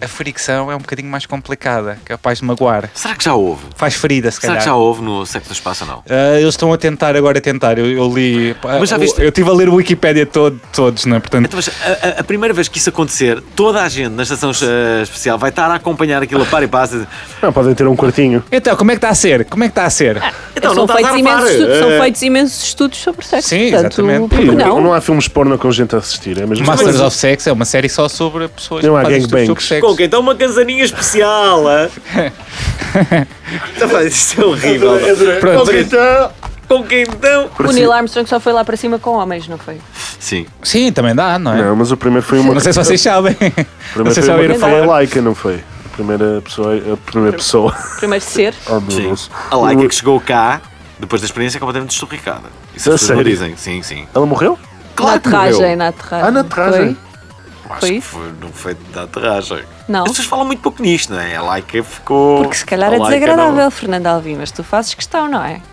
S4: a fricção é um bocadinho mais complicada, capaz de magoar.
S2: Será que já houve?
S4: Faz ferida, se
S2: Será
S4: calhar.
S2: que já houve no Sexo do Espaço ou não?
S4: Ah, eles estão a tentar agora a tentar. Eu, eu li.
S2: Mas já
S4: eu-
S2: viste-
S4: Eu estive a ler o Wikipédia todo, todos, não é? Portanto,
S2: Então, mas a, a- a primeira vez que isso acontecer, toda a gente na estação eh, especial vai estar a acompanhar aquilo a par e passa.
S3: Não, podem ter um quartinho.
S4: então, como é que está a ser? Como é que está a ser?
S1: Ah,
S2: Então, não
S1: são,
S2: estás
S1: feitos
S2: a
S1: imensos,
S2: arfar.
S1: estudos- são
S2: Eh,
S1: feitos imensos estudos sobre sexo.
S4: Sim,
S1: portanto,
S4: exatamente. é
S1: por que
S3: E
S1: não?
S3: há filmes porno com gente a assistir. É a mesma
S4: Masters
S3: coisa.
S4: of Sex é uma série só sobre pessoas
S3: Não
S4: que
S3: há
S4: fazem estudos sobre
S3: gangbangs.
S2: Com
S4: sexo.
S2: quem? Então uma casaninha especial. ah? Então, pá, Isto é horrível.
S4: Pronto.
S2: Com quem então?
S1: O Neil Armstrong só foi lá para cima com homens, não foi?
S2: Sim.
S4: Sim, também dá, não é? Não,
S3: Não, mas o primeiro foi uma.
S4: sei se vocês sabem.
S3: o
S4: não
S3: primeiro
S4: sei se
S3: foi, uma
S4: ouviram
S3: que foi a
S4: falar.
S3: Laika, é não foi? A primeira pessoa. é A primeira pessoa.
S1: Primeiro ser.
S3: Oh, meu
S2: Sim.
S3: Deus.
S2: A Laika que chegou cá, depois da experiência, é completamente desturricada. Isso
S3: A
S2: as pessoas não
S3: sério?
S2: dizem. Sim, sim.
S3: Ela morreu?
S1: na
S2: Claro que morreu.
S1: aterragem, na aterragem.
S3: Ah, na aterragem.
S1: Foi?
S2: Acho
S1: Foi
S2: que
S1: isso?
S2: foi no feito da aterragem.
S1: Não.
S2: As pessoas falam muito pouco nisto, não é? A Laika ficou.
S1: Porque se calhar
S2: A
S1: é
S2: Laika
S1: desagradável, Fernando Alvim, mas tu fazes questão, não é?
S2: Não...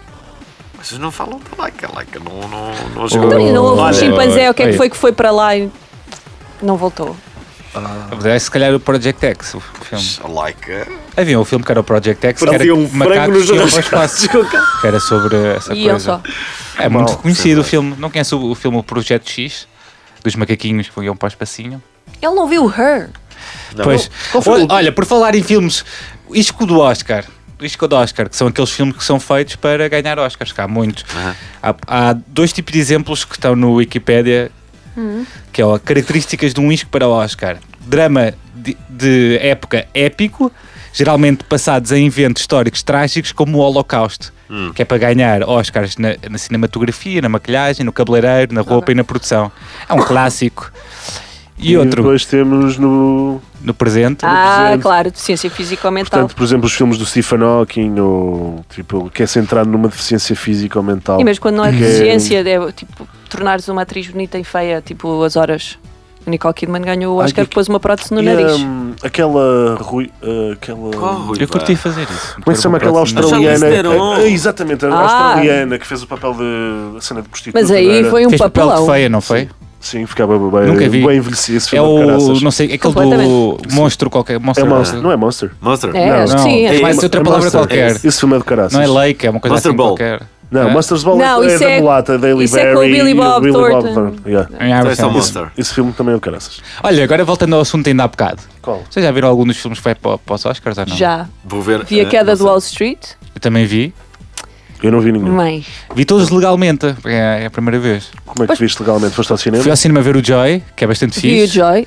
S2: Vocês não falam da Laika. A Laika não, não, não
S1: Então,
S2: chegou.
S1: e não houve um
S2: Olha,
S1: chimpanzé, o que é
S4: Oh, olha.
S1: que foi que foi para lá e não voltou?
S4: É se calhar o Project X, o filme.
S2: A Laika.
S4: Havia um filme que era o Project X, que
S2: Parecia
S4: era
S2: um frango
S4: macacos
S2: nos
S4: que iam para o
S2: rascados.
S4: espaço. Que era sobre essa
S1: E
S4: coisa.
S1: eu só.
S4: É muito conhecido o filme. Não conhece o, o filme O Projeto X? Dos macaquinhos que iam para o espacinho?
S1: Ele não viu Her.
S2: Não.
S4: Pois, olha, olha, por falar em filmes, o isco do Oscar, o isco do Oscar, que são aqueles filmes que são feitos para ganhar Oscars, que há muitos.
S2: Aham.
S4: Há, há dois tipos de exemplos que estão no Wikipédia, que é ó, características de um isco para o Oscar. drama de, de época épico, geralmente passados em eventos históricos trágicos como o Holocausto,
S2: Hum.
S4: que é para ganhar Oscars na, na cinematografia, na maquilhagem, no cabeleireiro, na roupa e na produção. É um clássico. E outro,
S3: depois temos no.
S4: no presente,
S1: Ah,
S3: presente.
S1: claro, deficiência física ou mental.
S3: Portanto, por exemplo, os filmes do Stephen Hawking, ou tipo, que é centrado numa deficiência física ou mental.
S1: E mesmo quando não é
S3: Que-
S1: deficiência, é tipo, tornares uma atriz bonita e feia, tipo as horas. A Nicole Kidman ganhou o
S3: Ai,
S1: Oscar
S3: que-
S1: que pôs uma prótese no
S3: E,
S1: nariz.
S3: hum, aquela. Rui, ah, aquela
S2: Qual ruiva?
S4: eu curti fazer isso.
S3: como é que se chama aquela
S2: Charlize
S3: australiana?
S2: Theron.
S3: Ah, exatamente, a
S1: Ah.
S3: australiana que fez o papel de a cena de prostituta.
S1: Mas
S3: não
S1: aí
S3: era?
S1: foi um
S4: Fez papel de
S1: papelão.
S4: feia, não foi?
S3: Sim, ficava bem,
S4: Nunca vi.
S3: bem envelhecido. esse
S4: É
S3: filme,
S4: o,
S3: caraças.
S4: não sei, aquele do
S1: Completamente.
S4: monstro qualquer.
S3: É
S4: Monstro,
S3: Monster, não é Monster.
S2: Monster.
S1: É,
S3: Não,
S1: acho que
S4: não.
S1: sim.
S4: É
S1: acho
S4: mais
S1: que-
S4: outra palavra
S3: Monster.
S4: qualquer.
S3: Esse filme é de caraças.
S4: Não é Lake, é uma coisa
S2: Monster
S4: assim
S2: Ball.
S4: qualquer.
S3: Não,
S4: É.
S3: Monsters Ball
S1: Não,
S3: é
S1: isso
S3: da
S1: é-
S3: mulata, Daily
S1: isso é com o
S3: Berry
S1: Billy
S3: e
S1: Bob Thornton.
S3: Yeah.
S4: É,
S2: Então é só
S4: sim.
S2: Monster.
S3: Esse filme também é de caraças.
S4: Olha, agora voltando ao assunto ainda há bocado.
S3: Qual?
S4: Vocês já viram algum dos filmes que vai para, para os Oscars ou não?
S1: Já.
S2: Vou ver.
S4: É,
S1: Vi a
S2: eh,
S1: queda
S2: não
S1: do
S2: sei.
S1: Wall Street.
S4: Eu também vi.
S3: Eu não vi nenhum.
S1: Mãe.
S4: Vi todos legalmente, é é a primeira vez.
S3: Como é que viste legalmente? Foste ao cinema?
S4: Fui ao cinema ver o Joy, que é bastante
S1: Vi o
S4: fixe.
S1: Joy. Acho
S4: E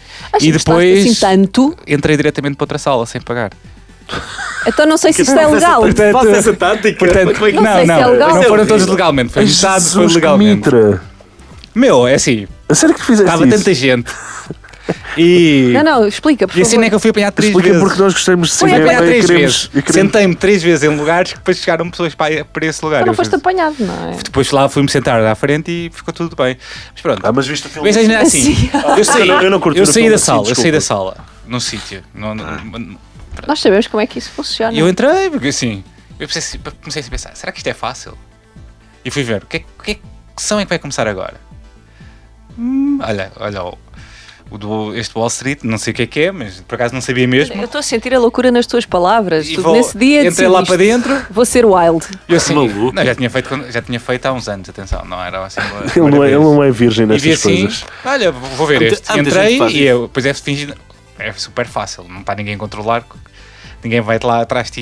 S1: que gostaste
S4: depois-
S1: assim tanto.
S4: Entrei diretamente para outra sala sem pagar.
S1: Então não sei se isto é
S2: Faça essa-
S1: legal.
S4: Portanto-
S2: Faça essa tática.
S4: Portanto,
S2: Como é que-
S1: Não
S4: não,
S1: sei se é
S4: não,
S1: legal.
S4: não foram
S2: Isso é
S4: todos
S2: horrível.
S4: legalmente. Foi metade, foi
S3: Jesus, que
S4: legalmente.
S3: mitra!
S4: Meu, é assim,
S3: A sério que fizeste
S4: estava
S3: isso?
S4: tanta gente. E,
S1: Não, não, explica, por
S4: e a cena é que
S1: favor.
S4: eu fui apanhado três
S3: Explica
S4: vezes.
S3: porque nós gostamos de
S4: Fui
S3: cinema
S4: apanhado
S3: e
S4: três
S3: queremos...
S4: vezes.
S3: e queremos-
S4: Sentei-me três vezes em lugares que depois chegaram pessoas para, para esse lugar.
S1: Então não
S4: Eu
S1: foste
S4: fiz-
S1: apanhado, não é?
S4: Depois lá fui-me sentar à frente e ficou tudo bem. Mas pronto.
S3: Ah, mas viste o filme? Ah,
S4: Mas é assim,
S1: Sim.
S4: eu saí,
S3: Eu não- eu não curto
S4: eu
S3: ver
S4: saí
S3: filme
S4: da
S3: assim,
S4: sala, eu
S3: desculpa.
S4: saí
S3: Ah.
S4: da sala, num sítio. não- não-
S1: Nós sabemos como é que isso funciona.
S4: E eu entrei, porque assim, eu pensei- comecei a pensar, será que isto é fácil? E fui ver, o que, é- o que, é- que são é que vai começar agora? Hum, olha, olha, o, o do, este Wall Street, não sei o que é que é, mas por acaso não sabia mesmo.
S1: Eu estou a sentir a loucura nas tuas palavras.
S4: E
S1: Tu,
S4: vou-
S1: nesse dia
S4: entrei lá
S1: decidiste,
S4: para dentro,
S1: Vou ser wild.
S4: eu assim,
S2: maluco.
S4: não, já, tinha feito, quando- já tinha feito há uns anos, atenção, não era assim. uma-
S3: Ele não,
S4: uma
S3: é, ele
S4: vez.
S3: não é virgem
S4: E vi
S3: nestas
S4: assim,
S3: coisas.
S4: olha, vou vou ver
S2: Há muita-
S4: este.
S2: há muita gente
S4: Entrei
S2: que faz
S4: e
S2: isso.
S4: eu, depois é fingindo, é super fácil, não está ninguém a controlar, ninguém vai lá atrás de ti,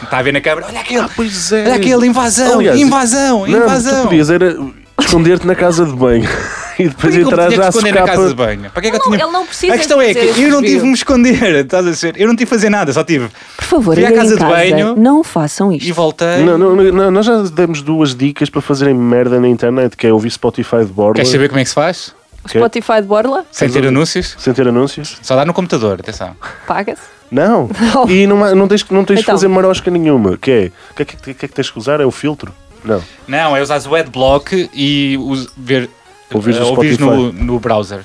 S4: e está a ver na câmera, olha aquele.
S3: Pois é.
S4: Olha aquele, invasão,
S3: Aliás,
S4: invasão,
S3: Não,
S4: invasão.
S3: tu podias era esconder-te na casa de banho e depois
S4: Porquê que eu me
S3: entrar
S4: tinha que
S3: já à
S4: esconder na
S3: socapa.
S4: casa de banho? Para que é que eu
S1: Não,
S4: tinha...
S1: ele não precisa
S4: A questão é que
S1: de fazer
S4: eu
S1: esse
S4: não tive de me
S1: vídeo.
S4: esconder, estás a ver? Eu não tive de fazer nada, só tive.
S1: Por favor,
S4: Fui à
S1: irem
S4: casa
S1: em
S4: de
S1: casa,
S4: banho.
S1: não façam
S4: E
S1: isto.
S4: voltei.
S3: Não, não, não, nós já demos duas dicas para fazerem merda na internet, que é ouvir Spotify de borda
S4: Queres saber como é que se faz?
S1: O Spotify de Borla
S4: Sem
S3: é.
S4: ter anúncios?
S3: sem ter anúncios.
S4: Só dá no computador, atenção.
S1: paga-se.
S3: Não.
S1: Não.
S3: E não, há- não tens, não tens
S1: Então.
S3: de fazer marosca nenhuma. Que é? O que é que, que é que tens que usar? É o filtro? Não.
S4: Não, é usar o adblock e us- ver.
S3: Ouvires
S4: eh,
S3: no
S4: no, no browser.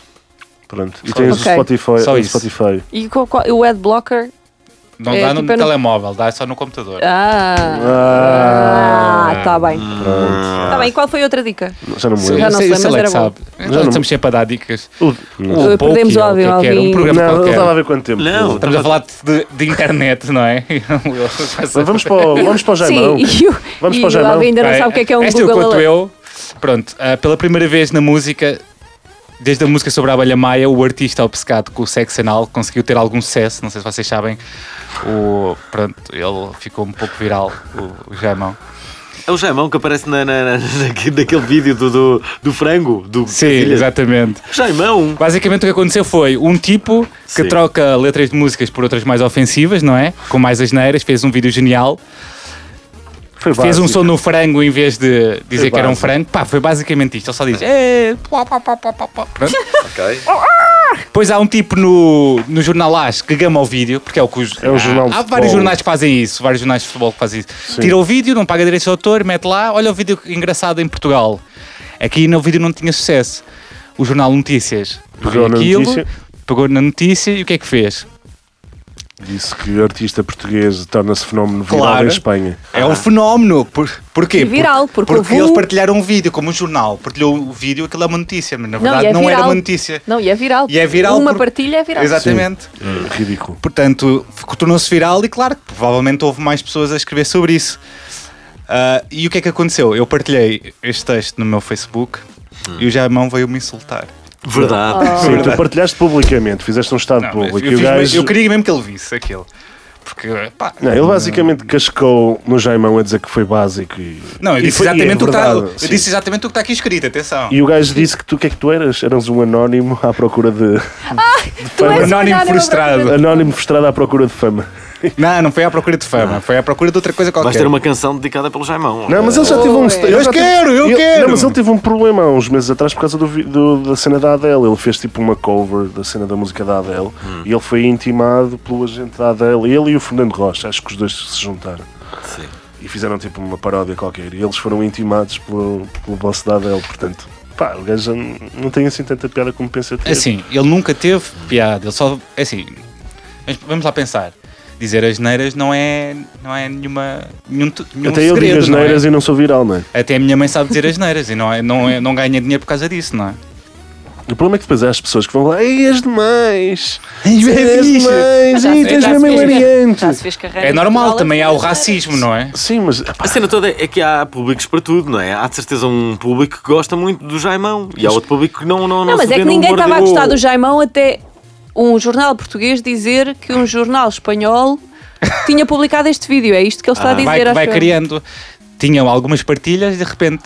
S3: Pronto. E tens
S1: Ok.
S3: o Spotify.
S4: Só
S3: o
S4: isso.
S3: Spotify.
S1: E co- co- o adblocker.
S4: Não
S1: É,
S4: dá no
S1: tipo, eu não-
S4: telemóvel, dá só no computador.
S1: Ah,
S3: Ah,
S1: ah, tá bem.
S3: pronto.
S1: Tá bem, e qual foi a outra dica?
S3: Já não me
S4: Eu
S1: Já
S3: lembro.
S1: não
S4: sei,
S1: sei,
S4: isso
S1: mas
S4: é
S1: era
S4: que sabe. Nós
S3: não-
S4: estamos sempre a dar dicas. Um
S3: O- Não,
S4: O
S1: Uh, perdemos
S4: Boki,
S1: o áudio,
S4: ou o que é que era, Um
S1: Alvin.
S4: programa
S3: Não, ele
S4: qualquer.
S3: estava a ver quanto tempo.
S2: Não,
S4: Estamos a falar de, de internet, não é?
S3: Vamos para o, vamos para o Jaimão.
S1: Sim, e o,
S3: Vamos
S1: e
S3: para o
S1: o
S3: Jaimão.
S1: Alvin ainda não
S4: Bem,
S1: sabe o que é que é um
S4: Esta eu
S1: Google
S4: conto
S1: Alert.
S4: eu. Pronto, ah, pela primeira vez na música, desde a música sobre a abelha maia, o artista obcecado com o sexo anal conseguiu ter algum sucesso. Não sei se vocês sabem. O, pronto, ele ficou um pouco viral, o, o Jaimão.
S2: É o Jaimão que aparece na, na- na- naque- naquele vídeo do, do, do frango. Do
S4: Sim,
S2: Casilhas.
S4: exatamente.
S2: Jaimão.
S4: Basicamente o que aconteceu foi um tipo que
S2: Sim.
S4: troca letras de músicas por outras mais ofensivas, não é? Com mais asneiras, fez um vídeo genial
S3: Foi
S4: Fez um
S3: básico.
S4: som no frango em vez de dizer
S3: Foi
S4: que era um
S3: básico.
S4: frango. Pá, foi basicamente isto. Ele só diz. "É, plá, plá, plá, plá, plá, plá." Pronto.
S2: Ok.
S4: Depois há um tipo no, no jornal As que gama o vídeo, porque é o que os.
S3: É um jornal de
S4: há, há
S3: futebol.
S4: vários jornais que fazem isso, vários jornais de futebol que fazem isso. Tira o vídeo, não paga direitos de autor, mete lá, olha o vídeo engraçado em Portugal. Aqui no vídeo não tinha sucesso. O jornal Notícias viu
S3: Pegou na notícia.
S4: pegou na notícia e o que é que fez?
S3: Disse que o artista português torna-se fenómeno viral
S4: Claro.
S3: em Espanha.
S4: É um fenómeno. Por, porquê?
S1: E viral, porque houve
S4: eles
S1: um-
S4: partilharam um vídeo, como um jornal partilhou o vídeo, aquilo é uma notícia, mas na
S1: Não,
S4: verdade
S1: e é
S4: não, era
S1: viral.
S4: uma notícia.
S1: Não, e é viral.
S4: E é viral
S1: Uma
S4: por-
S1: partilha é viral.
S4: Exatamente.
S3: É ridículo.
S4: Portanto, ficou- tornou-se viral e claro, que provavelmente houve mais pessoas a escrever sobre isso. Ah, e o que é que aconteceu? Eu partilhei este texto no meu Facebook e o Jaimão veio-me insultar.
S2: Verdade.
S1: Ah,
S3: Sim, tu partilhaste publicamente, fizeste um estado
S4: Não, mas
S3: público.
S4: Tipo, eu,
S3: e o
S4: fiz mesmo-
S3: gajo...
S4: eu queria mesmo que ele visse aquilo. Porque, pá,
S3: Não, ele basicamente cascou no Jaimão a dizer que foi básico e.
S4: não, eu
S3: e
S4: disse,
S3: foi- e é
S4: exatamente o que tá-
S3: verdade,
S4: eu
S3: sim.
S4: disse exatamente o que está aqui escrito, atenção.
S3: E o gajo disse que tu o que é que tu eras? Eras um anónimo à procura de, de
S1: Tu és
S3: fama.
S1: se calhar,
S4: Anónimo
S1: uma
S4: frustrado.
S3: Anónimo frustrado à procura de fama.
S4: Não, não foi à procura de fama, foi à procura de outra coisa qualquer.
S2: Vais ter uma canção dedicada pelo Jaimão.
S3: Não, mas ele já
S1: Oh,
S3: teve um.
S1: é.
S3: ele
S4: Eu
S3: já teve-
S4: quero, eu
S3: ele-
S4: quero.
S3: Não, mas ele teve um problema há uns meses atrás por causa do, vi- do- da cena da Adele. Ele fez tipo uma cover da cena da música da Adele
S4: Hum.
S3: e ele foi intimado pelo agente da Adele. Ele e o Fernando Rocha, acho que os dois se juntaram.
S2: Sim.
S3: E fizeram tipo uma paródia qualquer. E eles foram intimados pelo, pelo boss da Adele, portanto. Pá, o gajo já n- não tem assim tanta piada como pensa ter.
S4: É Assim, ele nunca teve piada, ele só. É assim, mas vamos lá pensar. Dizer as neiras não é, não é nenhuma, nenhum, tu- nenhum
S3: Até eu digo
S4: segredo,
S3: as
S4: não é?
S3: neiras e não sou viral, não é?
S4: Até a minha mãe sabe dizer as neiras e não, é, não, é, não ganha dinheiro por causa disso, não é?
S3: O problema é que depois há as pessoas que vão lá, ei, és demais!
S4: é
S3: És demais!
S1: Já
S3: Ei,
S1: se-
S3: tens
S1: já se
S3: mesmo
S1: fez-
S3: hilariante!
S1: já se fez carreira.
S4: normal,
S1: Portugal,
S4: também há o
S1: mas-
S4: racismo, não é?
S3: Sim, mas epá,
S2: A cena toda é que há públicos para tudo, não é? Há de certeza um público que gosta muito do Jaimão e há outro público que não não Não,
S1: Não, mas
S2: se vê
S1: é que
S2: no
S4: um
S1: ninguém
S2: humor
S1: estava a
S2: dele.
S1: gostar do Jaimão até um jornal português dizer que um jornal espanhol tinha publicado este vídeo. É isto que ele está a dizer.
S4: Ah, Vai, vai
S1: acho eu.
S4: criando. Tinham algumas partilhas e de repente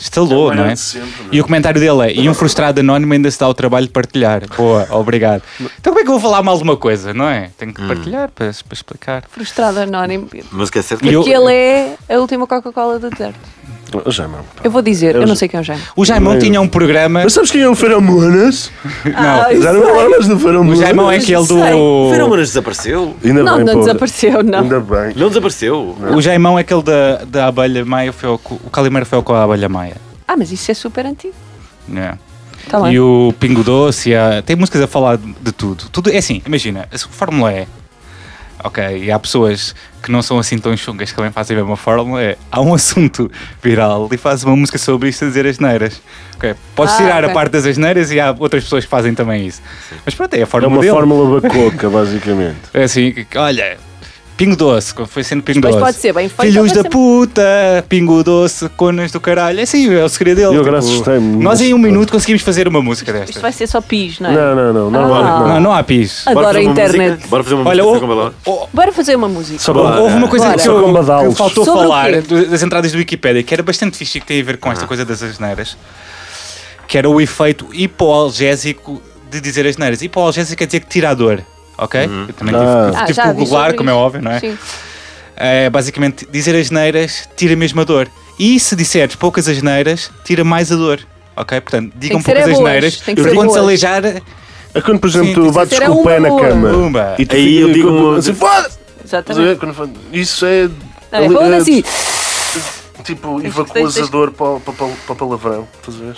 S4: estalou,
S3: É o
S4: não
S3: maior
S4: é?
S3: de sempre, não é?
S4: E o comentário dele é: e um frustrado anónimo ainda se dá o trabalho de partilhar. Boa, obrigado. Então como é que eu vou falar mal de uma coisa, não é? Tenho
S1: Hum.
S4: que partilhar para, para explicar.
S1: Frustrado anónimo.
S2: Mas o que é certo
S4: E
S2: é
S4: eu-
S1: Que ele é a última Coca-Cola do deserto.
S4: é-
S3: eu já não. oh, pá.
S1: Eu vou dizer, eu,
S3: Eu-
S1: não sei quem é o Jaimão.
S4: O Jaimão
S3: Primeiro.
S4: tinha um programa.
S3: Mas sabes quem é o Feromonas?
S4: Não,
S1: Ah, isso-
S3: Já não falavas do
S4: o
S3: Feromonas?
S4: Jaimão é aquele
S2: que... Feira
S4: do.
S2: Manas desapareceu?
S3: Ainda
S1: não,
S3: bem,
S1: não
S3: pô.
S1: desapareceu, não.
S3: Ainda bem.
S2: Não desapareceu?
S4: O Jaimão é aquele da, da abelha maia. Foi o, o Calimero foi com a abelha maia.
S1: Ah, mas isso é super antigo.
S4: É.
S1: Tá bem.
S4: E o Pingo Doce, há- tem músicas a falar de, de tudo. tudo. É assim, imagina, a sua fórmula é. Ok, e há pessoas que não são assim tão chungas que também fazem a mesma fórmula. É, há um assunto viral e faz uma música sobre isto a dizer as neiras. Ok, podes
S1: Ah,
S4: tirar a
S1: ok.
S4: parte das asneiras e há outras pessoas que fazem também isso. Mas pronto, é a
S3: É
S4: fórmula
S3: uma
S4: dele.
S3: fórmula bacoca, basicamente.
S4: É assim, que- que- olha, Pingo Doce, quando foi sendo Pingo
S1: Mas
S4: Doce.
S1: pode ser bem feito.
S4: Filhos da
S1: pode ser-
S4: puta, pingo doce, conas do caralho. É assim, é o segredo dele.
S3: Eu agora assustei-me.
S4: Nós em um
S3: Mas-
S4: minuto conseguimos fazer uma música desta.
S1: Isto vai ser só pis, não é?
S3: Não, não, não. Normalmente
S1: Ah.
S3: não.
S4: Não, não há pis.
S1: Adoro
S2: Bora fazer uma
S1: a internet.
S2: música? Bora fazer uma
S4: Olha,
S2: música
S4: ou-
S2: com balão?
S4: ou-
S1: Bora fazer uma música.
S3: Só
S2: Bora.
S3: com-
S4: houve uma coisa
S1: Bora.
S4: que,
S3: Só com
S4: eu, que
S3: badalos.
S4: faltou
S1: Sobre o
S4: falar
S1: quê?
S4: do- das entradas do Wikipédia, que era bastante fixe e que tem a ver
S3: Ah.
S4: com esta coisa das asneiras, que era o efeito hipoalgésico de dizer asneiras. Hipoalgésico quer dizer que tira a dor, ok? Eu também tive,
S3: Ah.
S1: Ah,
S4: tive
S1: já
S4: que
S1: vi
S4: googlar,
S1: sobre
S4: como é
S1: isso.
S4: óbvio, não é?
S1: Sim.
S4: É, basicamente, dizer asneiras tira mesmo a dor. E se disseres poucas asneiras, tira mais a dor. Ok? Portanto, digam
S1: que ser é
S4: poucas
S1: boas,
S4: asneiras.
S1: tem que
S4: porque
S1: ser
S4: Quando se
S1: boas.
S4: aleijar,
S3: É quando, por
S4: Sim,
S3: exemplo,
S4: tem
S3: tu
S4: que
S3: bates
S1: ser
S3: com
S1: uma
S3: o pé na
S1: boa.
S3: cama.
S4: pumba.
S3: E tu
S2: Aí
S3: fica-
S2: eu digo uma-
S3: assim, foda-se! Estás a
S1: Exatamente.
S3: ver? Quando faz- Isso é.
S1: Não, é bom
S3: é-
S1: assim.
S3: Tipo,
S1: Tens que-
S3: evacuazador para o- para o- para o palavrão. Estás a ver?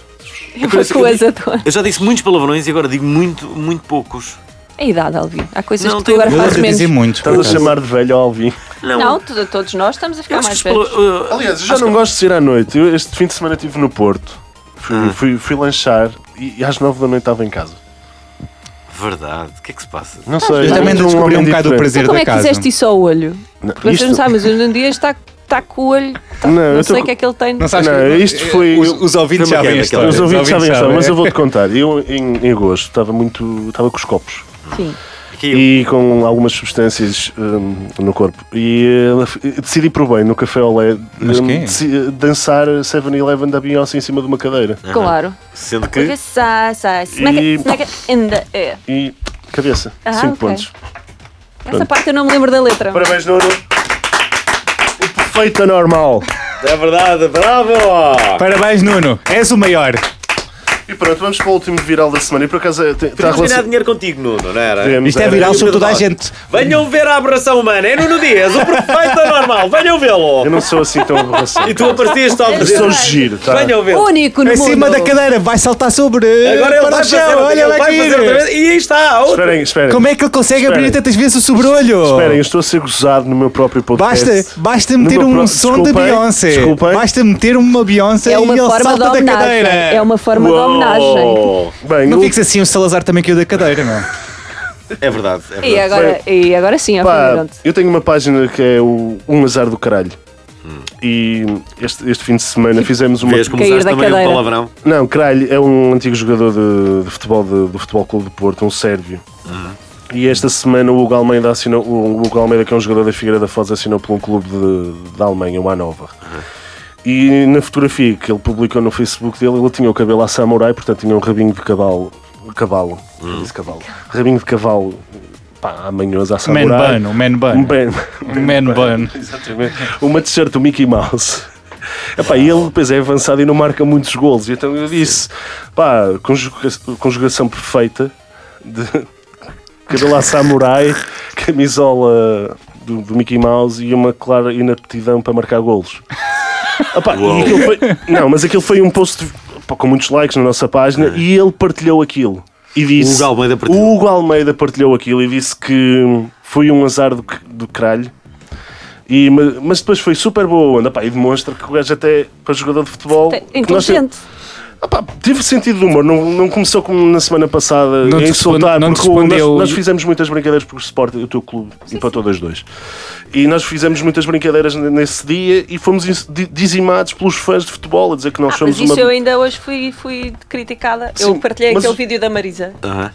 S2: curioso que eu
S1: Evacuas a dor.
S2: Eu já disse muitos palavrões e agora digo muito, muito poucos.
S1: É idade, Alvin. Há coisas
S2: Não,
S1: que tu
S2: tem-
S1: agora
S4: Eu
S1: fazes
S4: devo
S1: menos.
S4: dizer muitos. por
S3: Estás a
S4: acaso.
S3: chamar de velho ao Alvin.
S1: Não, to- todos nós estamos a
S2: Eu
S1: ficar
S2: acho que
S1: mais
S2: os
S1: velhos.
S2: pala- uh,
S3: Aliás, eu já não gosto de ir à noite. Eu este fim de semana estive no Porto. Fui,
S2: Ah.
S3: fui, fui lanchar e, e às nove da noite estava em casa.
S2: Verdade, o que é que se passa?
S3: Não sei.
S4: Eu também
S3: sou
S4: descobri um
S3: homem
S4: bocado o
S3: diferente.
S4: prazer
S1: Como
S4: da
S1: é que
S4: casa.
S1: fizeste isso ao olho?
S3: Não,
S1: Porque vocês não
S3: isto-
S1: sabem, mas um dia está, está com o olho. está-
S3: Não,
S1: não
S3: eu tô
S1: sei o
S3: com-
S1: que é que ele tem.
S4: Não sabes
S3: Não,
S4: que-
S3: isto foi-
S4: Os, os ouvintes
S2: foi uma
S4: já veem a
S2: queda,
S4: história.
S3: Os ouvintes sabem, sabem, mas eu
S4: é.
S3: vou-te contar. Eu, em, em agosto, estava muito. Estava com os copos
S1: Sim.
S2: Aqui,
S3: e com algumas substâncias hum, no corpo. E eh, decidi por bem, no café ao LED,
S4: Mas
S3: hum,
S4: quê?
S3: deci- eh, dançar 7-Eleven da Beyoncé em cima de uma cadeira.
S1: Claro.
S2: Sendo
S1: Porque
S2: que.
S1: sai, sai, smack
S3: E-
S1: it, smack it in the air.
S3: E. Cabeça,
S1: Ah,
S3: 5
S1: ok.
S3: pontos.
S1: Essa parte eu não me lembro da letra.
S3: Parabéns, Nuno. O perfeito anormal.
S2: É verdade, bravo!
S3: Tá
S4: Parabéns, Nuno. És o maior.
S3: E pronto, vamos para o último viral da semana. E por acaso eh, tem- está
S2: Podíamos ganhar
S3: relacionado.
S2: dinheiro contigo, Nuno, não era?
S4: Isto é viral sobre toda a gente.
S2: Venham ver a aberração humana, é Nuno Dias, o perfeito anormal, venham
S3: Eu
S2: vê-lo!
S3: não sou assim tão aborrecido.
S2: E tu apareceste ao
S3: Eu
S2: dizer,
S3: sou giro, tá?
S2: venham ver
S1: Único no
S4: Em
S1: mundo.
S4: cima da cadeira, vai saltar sobre.
S2: Agora ele
S4: para
S2: vai
S4: o chão,
S2: fazer,
S4: olha,
S2: olha,
S4: vai
S2: vai fazer
S4: cair.
S2: outra vez. E aí está, a outra.
S3: Esperem, esperem.
S4: Como é que ele consegue abrir
S3: Esperem.
S4: tantas vezes o sobreolho?
S3: Esperem, eu estou a ser gozado no meu próprio podcast.
S4: Basta, basta
S3: No
S4: meter
S3: meu
S4: um
S3: próprio-
S4: som
S3: Desculpem,
S4: de Beyoncé.
S3: Desculpem.
S4: Basta meter uma Beyoncé
S1: É uma
S4: e ele
S1: forma de
S4: salta da
S1: homenagem.
S4: cadeira.
S1: É uma forma de homenagem.
S2: Oh,
S3: Bem,
S4: Não
S3: o-
S4: fiques assim, o Salazar também caiu da cadeira, não é?
S2: É verdade, é
S1: E
S2: verdade.
S1: agora, e agora sim, ó,
S3: pá,
S1: Fernando.
S3: eu tenho uma página que é o Um Azar do Caralho. E este, este fim de semana fizemos uma.
S2: Hum. Vês como
S1: Cair
S2: usaste
S1: da
S2: também o
S1: cadeira.
S2: palavrão.
S3: Não, Caralho é um antigo jogador de, de futebol de- do Futebol Clube do Porto, um sérvio. E esta semana o Hugo Almeida assinou, o Hugo Almeida, que é um jogador da Figueira da Foz, assinou por um clube de- da Alemanha, o Hannover. E na fotografia que ele publicou no Facebook dele, ele tinha o cabelo à samurai, portanto tinha um rabinho de cavalo cavalo. Eu Disse cavalo. Rabinho de cavalo. Pá, há manhoso, há
S4: Man
S3: samurai.
S4: bun, o man
S3: Um
S4: bun.
S3: ban.
S4: Man bun.
S3: Exatamente. Uma t-shirt do Mickey Mouse. Epá, e ele depois é avançado e não marca muitos golos. E Então eu disse, pá, conjuga- conjugação perfeita de cabelo a samurai, camisola do, do Mickey Mouse e uma clara inaptidão para marcar golos. Epá, e
S2: Uau.
S3: aquilo foi- não, mas aquilo foi um post pá, com muitos likes na nossa página e ele partilhou aquilo. E disse,
S2: O É. Hugo Almeida partilhou.
S3: o Hugo Almeida partilhou aquilo e disse que foi um azar do, c- do caralho. E, ma- mas depois foi super boa onda pá, e demonstra que o gajo até para jogador de futebol
S1: É
S3: que nós te-
S1: Inteligente.
S3: Ah, pá, tive sentido de humor, não, não começou como na semana passada
S4: Não
S3: a
S4: te
S3: insultar,
S4: responde- não te
S3: porque o- nós,
S4: respondeu.
S3: nós fizemos muitas brincadeiras porque o Sport, o teu clube, empatou das dois. E nós fizemos muitas brincadeiras n- nesse dia e fomos ins- di- dizimados pelos fãs de futebol a dizer que nós
S1: Ah,
S3: somos
S1: mas isso
S3: uma.
S1: eu ainda hoje fui, fui criticada.
S3: Sim,
S1: eu partilhei
S3: mas-
S1: aquele vídeo da Marisa
S2: Aham.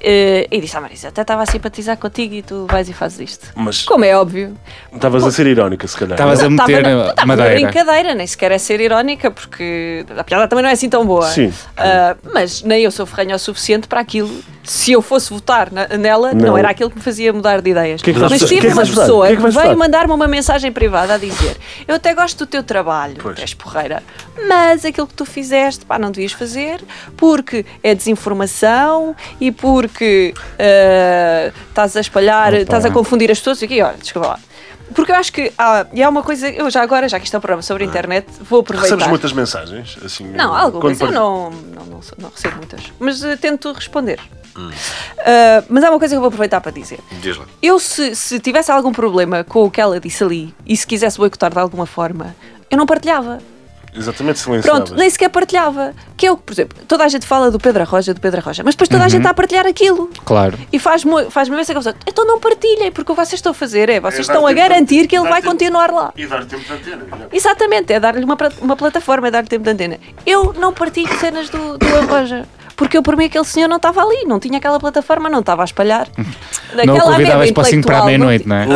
S1: eh, e disse à Marisa: até estava a simpatizar contigo e tu vais e fazes isto.
S3: Mas
S1: Como é óbvio.
S3: estavas a ser irónica, se calhar.
S4: Estavas a
S1: Estava
S4: meter
S1: na,
S4: na
S1: estava na
S4: madeira.
S1: brincadeira, nem sequer é ser irónica, porque a piada também não é assim tão boa.
S3: Sim.
S1: Ah, mas nem eu sou ferranha o suficiente para aquilo. Se eu fosse votar na- nela, não.
S3: Não.
S1: era aquilo que me fazia mudar de ideias.
S3: que é que
S1: mas
S3: vais votar?
S1: tive
S3: Que é que
S1: uma
S3: vais votar?
S1: pessoa
S3: Que é que vais
S1: veio
S3: votar?
S1: mandar-me uma mensagem privada a dizer: Eu até gosto do teu trabalho, tu és porreira, mas aquilo que tu fizeste, pá, não devias fazer porque é desinformação e porque ah, estás a espalhar, estás a confundir as pessoas. E aqui, olha, desculpa lá. Porque eu acho que. Ah, e há uma coisa. Eu já agora, já que isto é um programa sobre a internet, vou aproveitar.
S3: Ah. Recebes muitas mensagens? Assim,
S1: Não,
S3: quando
S1: algumas. Eu
S3: part-
S1: não, não, não, sou- não recebo muitas. Mas eh, tento responder.
S3: Hum.
S1: Ah, mas há uma coisa que eu vou aproveitar para dizer.
S2: Diz lá.
S1: Eu, se, se tivesse algum problema com o que ela disse ali e se quisesse boicotar de alguma forma, eu não partilhava.
S3: Exatamente, silenciavas.
S1: Pronto, nem sequer partilhava. Que é o que, por exemplo, toda a gente fala do Pedro Roja, do Pedro Roja, mas depois
S4: Uhum.
S1: toda a gente está a partilhar aquilo.
S4: Claro.
S1: E faz-me faz essa confusão. Então não partilhem, porque o que vocês estão a fazer é, vocês
S3: É dar
S1: estão a
S3: tempo-
S1: garantir que ele
S3: dar
S1: vai
S3: tempo-
S1: continuar lá.
S3: E dar tempo de antena.
S1: Exatamente, é dar-lhe uma, pra- uma plataforma, é dar-lhe tempo de antena. Eu não partilho cenas do, do Arroja, porque eu por mim aquele senhor não estava ali, não tinha aquela plataforma, não estava a espalhar.
S4: Não o
S1: Daquela
S4: convidavas
S1: ameba
S4: para 5 para a
S1: intelectual,
S4: meia-noite, não é?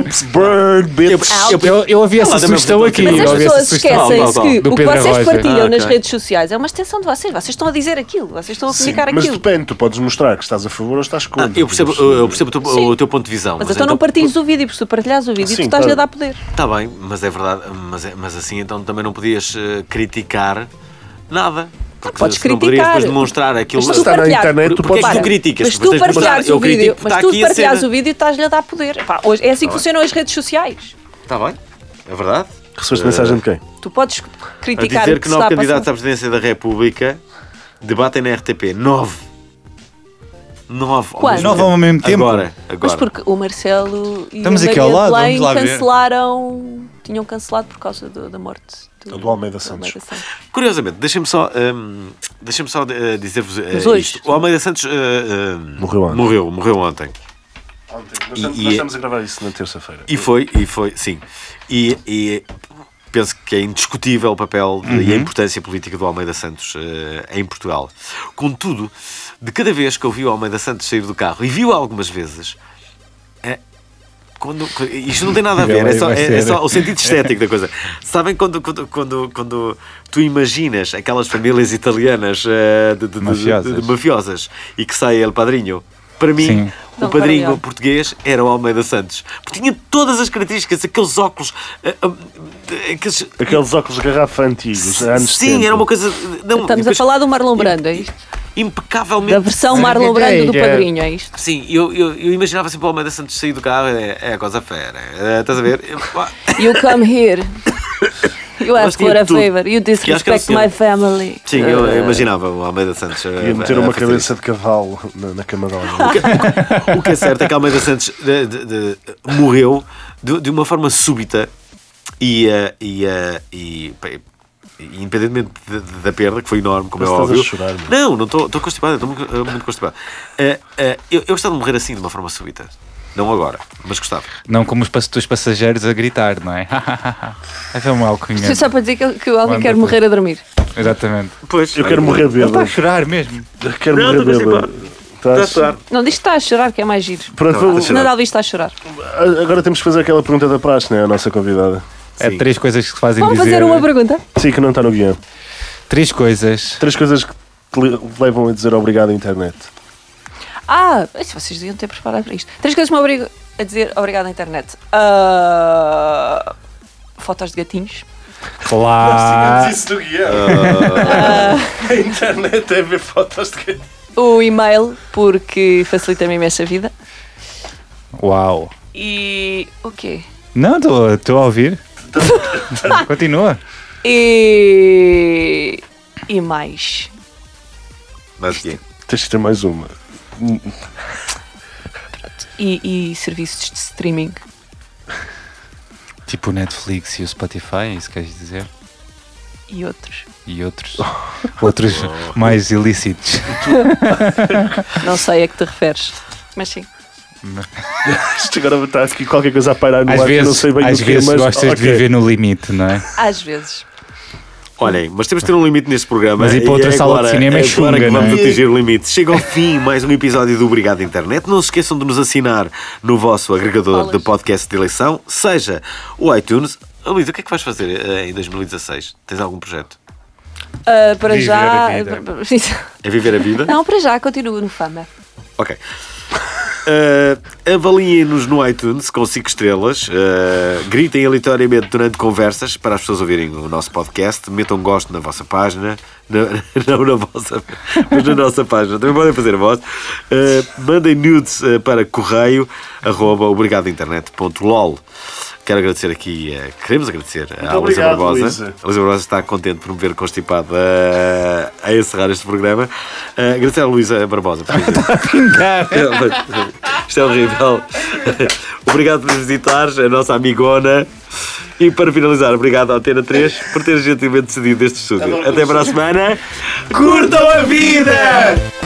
S3: Ups, bird,
S1: É
S3: bitch.
S4: Eu, eu, eu
S3: É
S4: ouvi essa
S2: Ela também
S4: sugestão
S2: votou
S4: aqui.
S2: no
S1: Mas
S2: Sim,
S1: as
S4: eu ouvi essa
S1: pessoas
S2: Não,
S4: sugestão.
S2: não,
S1: esquecem-se
S2: não.
S1: que
S4: Do
S1: o que
S4: Pedro
S1: vocês
S4: Rocha.
S1: partilham
S2: Ah,
S1: nas
S2: ok.
S1: redes sociais é uma extensão de vocês, vocês estão a dizer aquilo, vocês estão a
S3: Sim,
S1: comunicar
S3: mas
S1: aquilo.
S3: depende, tu podes mostrar que estás a favor ou estás
S2: Ah,
S3: contra.
S2: eu percebo, eu percebo o teu, o teu ponto de visão.
S1: Mas então não partilhes o vídeo, porque se tu partilhas o vídeo,
S3: Sim,
S1: tu estás-lhe a
S3: claro.
S1: dar poder.
S2: Está bem, mas é verdade. Mas, é- mas assim então também não podias eh, criticar nada. Porque
S1: podes
S2: se não poderias
S1: criticar.
S2: depois demonstrar aquilo.
S1: Mas
S3: Mas
S1: tu
S3: está na
S1: partilhar-
S3: internet, tu
S2: Porque é
S3: podes.
S2: que tu
S1: Para.
S2: criticas?
S1: Mas
S2: Mas tens
S1: tu
S2: de mostrar,
S1: partilhares
S2: eu
S1: o vídeo,
S2: critico,
S1: mas
S2: está
S1: tu
S2: aqui a
S1: partilhares
S2: cena.
S1: o vídeo e estás-lhe a dar poder. Pá, hoje, é assim que funcionam as redes sociais.
S2: Está bem, é verdade.
S3: Recebeste
S2: Eh,
S3: mensagem de quem?
S1: Tu podes
S2: A
S1: criticar o
S2: dizer
S1: que
S2: que
S1: se está
S2: nove
S1: a passar.
S2: candidatos à presidência da República debatem na RTP. Nove. Nove. ao
S1: Quando?
S2: mesmo
S4: Nove ao
S2: tempo.
S4: mesmo tempo?
S2: Agora, agora.
S1: Mas porque o Marcelo e
S4: Estamos
S1: a
S4: aqui
S1: Maria
S4: ao lado,
S1: de Belém
S4: vamos lá ver.
S1: cancelaram... Tinham cancelado por causa do- da morte
S3: Do Almeida Santos.
S2: Curiosamente, deixem-me só, hum, deixem-me só eh, dizer-vos eh,
S1: Mas hoje.
S2: isto. O Almeida Santos eh, hum,
S3: Morreu ontem.
S2: Morreu, morreu ontem.
S3: Nós
S2: E- é-
S3: estamos,
S2: e-
S3: nós estamos a gravar isso na terça-feira.
S2: E foi, e foi, sim. E, e penso que é indiscutível o papel de-
S4: Uhum.
S2: e a importância política do Almeida Santos eh, em Portugal. Contudo, de cada vez que eu vi o Almeida Santos sair do carro, e viu algumas vezes, eh, quando, co- isto não tem nada a ver, é só, é- é só o sentido estético da coisa. Sabem quando, quando, quando, quando tu imaginas aquelas famílias italianas eh, de, de- de- de- de- de-
S4: Mafiosas.
S2: mafiosas e que sai El Padrinho? Para mim,
S4: Sim.
S2: o
S1: Não,
S2: padrinho
S1: Coronel.
S2: português era o Almeida Santos. Porque tinha todas as características, aqueles óculos, ah, ah, aqueles...
S3: Aqueles óculos de garrafa antigos, anos
S2: Sim,
S3: 70.
S2: era uma coisa... Não,
S1: Estamos a
S2: Hum, depois,
S1: falar do Marlon Brando, é isto?
S2: Impecavelmente...
S1: Da versão Marlon Brando do Padrinho, é isto?
S2: Sim, eu, eu, eu imaginava sempre o Almeida Santos sair do carro, é, é a coisa fera, é, estás a ver? Eu, pá,
S1: You come here. You
S2: Mas
S1: ask
S2: tinha
S1: for a
S2: tudo.
S1: favor. You
S2: Que acho que era o
S1: disrespect
S2: senhor.
S1: my family.
S2: Sim, eu, eu imaginava o Almeida Santos. a-
S3: Ia meter
S2: a
S3: uma
S2: fazer
S3: cabeça de cavalo na, na cama de alguém.
S2: O que é certo é que Almeida Santos de- de- de- morreu de, de uma forma súbita e, eh, e, eh, e, pá, e- e independentemente de- de- da perda, que foi enorme, como é
S3: Mas estás a
S2: óbvio.
S3: chorar, meu.
S2: não, não estou estou constipado, estou muito, eh, muito constipado. Eh, eh, eu, eu gostava de morrer assim, de uma forma súbita. Não agora, mas gostava.
S4: Não como os pass- os passageiros a gritar, não é? Essa é uma alcunha.
S1: Isto é Só para dizer que, que alguém
S4: Wonderful.
S1: quer morrer a dormir.
S4: Exatamente.
S2: Pois,
S3: Eu quero morrer
S4: Ele está a
S3: bêbado.
S4: chorar mesmo.
S3: Eu Quero
S2: Não,
S3: morrer
S2: estou tá a
S3: bêbado. Estás-
S1: Não, diz que está a chorar, que é mais giro.
S3: Pronto,
S2: Não,
S3: vou-
S2: Tá, deixa-
S1: Nadal diz que está a chorar.
S3: a- agora temos que fazer aquela pergunta da praxe, não é? A nossa convidada.
S4: É
S2: Sim.
S4: três coisas que se fazem
S1: Vamos
S4: dizer. é?
S1: fazer uma pergunta?
S3: Sim, que não está no guião.
S4: Três coisas.
S3: Três coisas que te le- levam a dizer obrigado à internet?
S1: Ah, isso vocês deviam ter preparado para isto. Três coisas que me obrigam a dizer obrigado à internet. Ah, fotos de gatinhos.
S4: Claro.
S3: isso do guião. A internet é ver fotos de quem?
S1: O e-mail, porque facilita-me imenso a vida.
S4: Uau.
S1: E o quê?
S4: Não, estou a ouvir. Continua.
S1: E. E mais.
S2: Mas o quê?
S3: Tens que ter mais uma.
S1: E, e serviços de streaming.
S4: Tipo o Netflix e o Spotify, é isso que queres dizer?
S1: E outros.
S4: E outros. Outros
S3: Oh.
S4: mais ilícitos.
S1: Não sei a que te referes. Mas sim.
S3: Isto agora está aqui qualquer coisa a pairar no
S4: Às
S3: ar que eu não
S4: vezes,
S3: sei bem
S4: às
S3: do que, é,
S4: vezes
S3: mas...
S4: gostas de
S3: ok.
S4: viver no limite, não é?
S1: Às vezes.
S2: Olhem, mas temos de ter um limite neste programa.
S4: Mas ir para
S2: E
S4: outra
S2: é
S4: sala de
S2: agora-
S4: cinema é
S2: agora
S4: chunga,
S2: que
S4: não é?
S2: vamos atingir o limite. Chega ao fim mais um episódio do Obrigado Internet. Não se esqueçam de nos assinar no vosso agregador
S1: Bolas.
S2: de podcast de eleição, seja o iTunes. Oh, Luís, o que é que vais fazer eh, em 2016? Tens algum projeto?
S1: Ah, para
S4: Viver
S1: já.
S4: a vida.
S2: É viver a vida?
S1: Não, para já continuo no Fama.
S2: Ok. Uh, Avaliem-nos no iTunes com 5 estrelas, uh, gritem aleatoriamente durante conversas para as pessoas ouvirem o nosso podcast, metam gosto na vossa página, na- não na vossa, mas na nossa página, também podem fazer a vossa. Uh, mandem nudes uh, para correio arroba obrigadointernet.lol. Quero agradecer aqui, uh, queremos agradecer à Luísa
S3: obrigado,
S2: Barbosa.
S3: Luísa.
S2: A Luísa Barbosa está contente por me ver constipado uh, a encerrar este programa. Uh, agradecer à Luísa Barbosa por ter isto é horrível. obrigado por nos visitares, a nossa amigona. E para finalizar, obrigado à Antena 3 por ter gentilmente decidido deste estúdio. Até para a semana. Curtam a vida!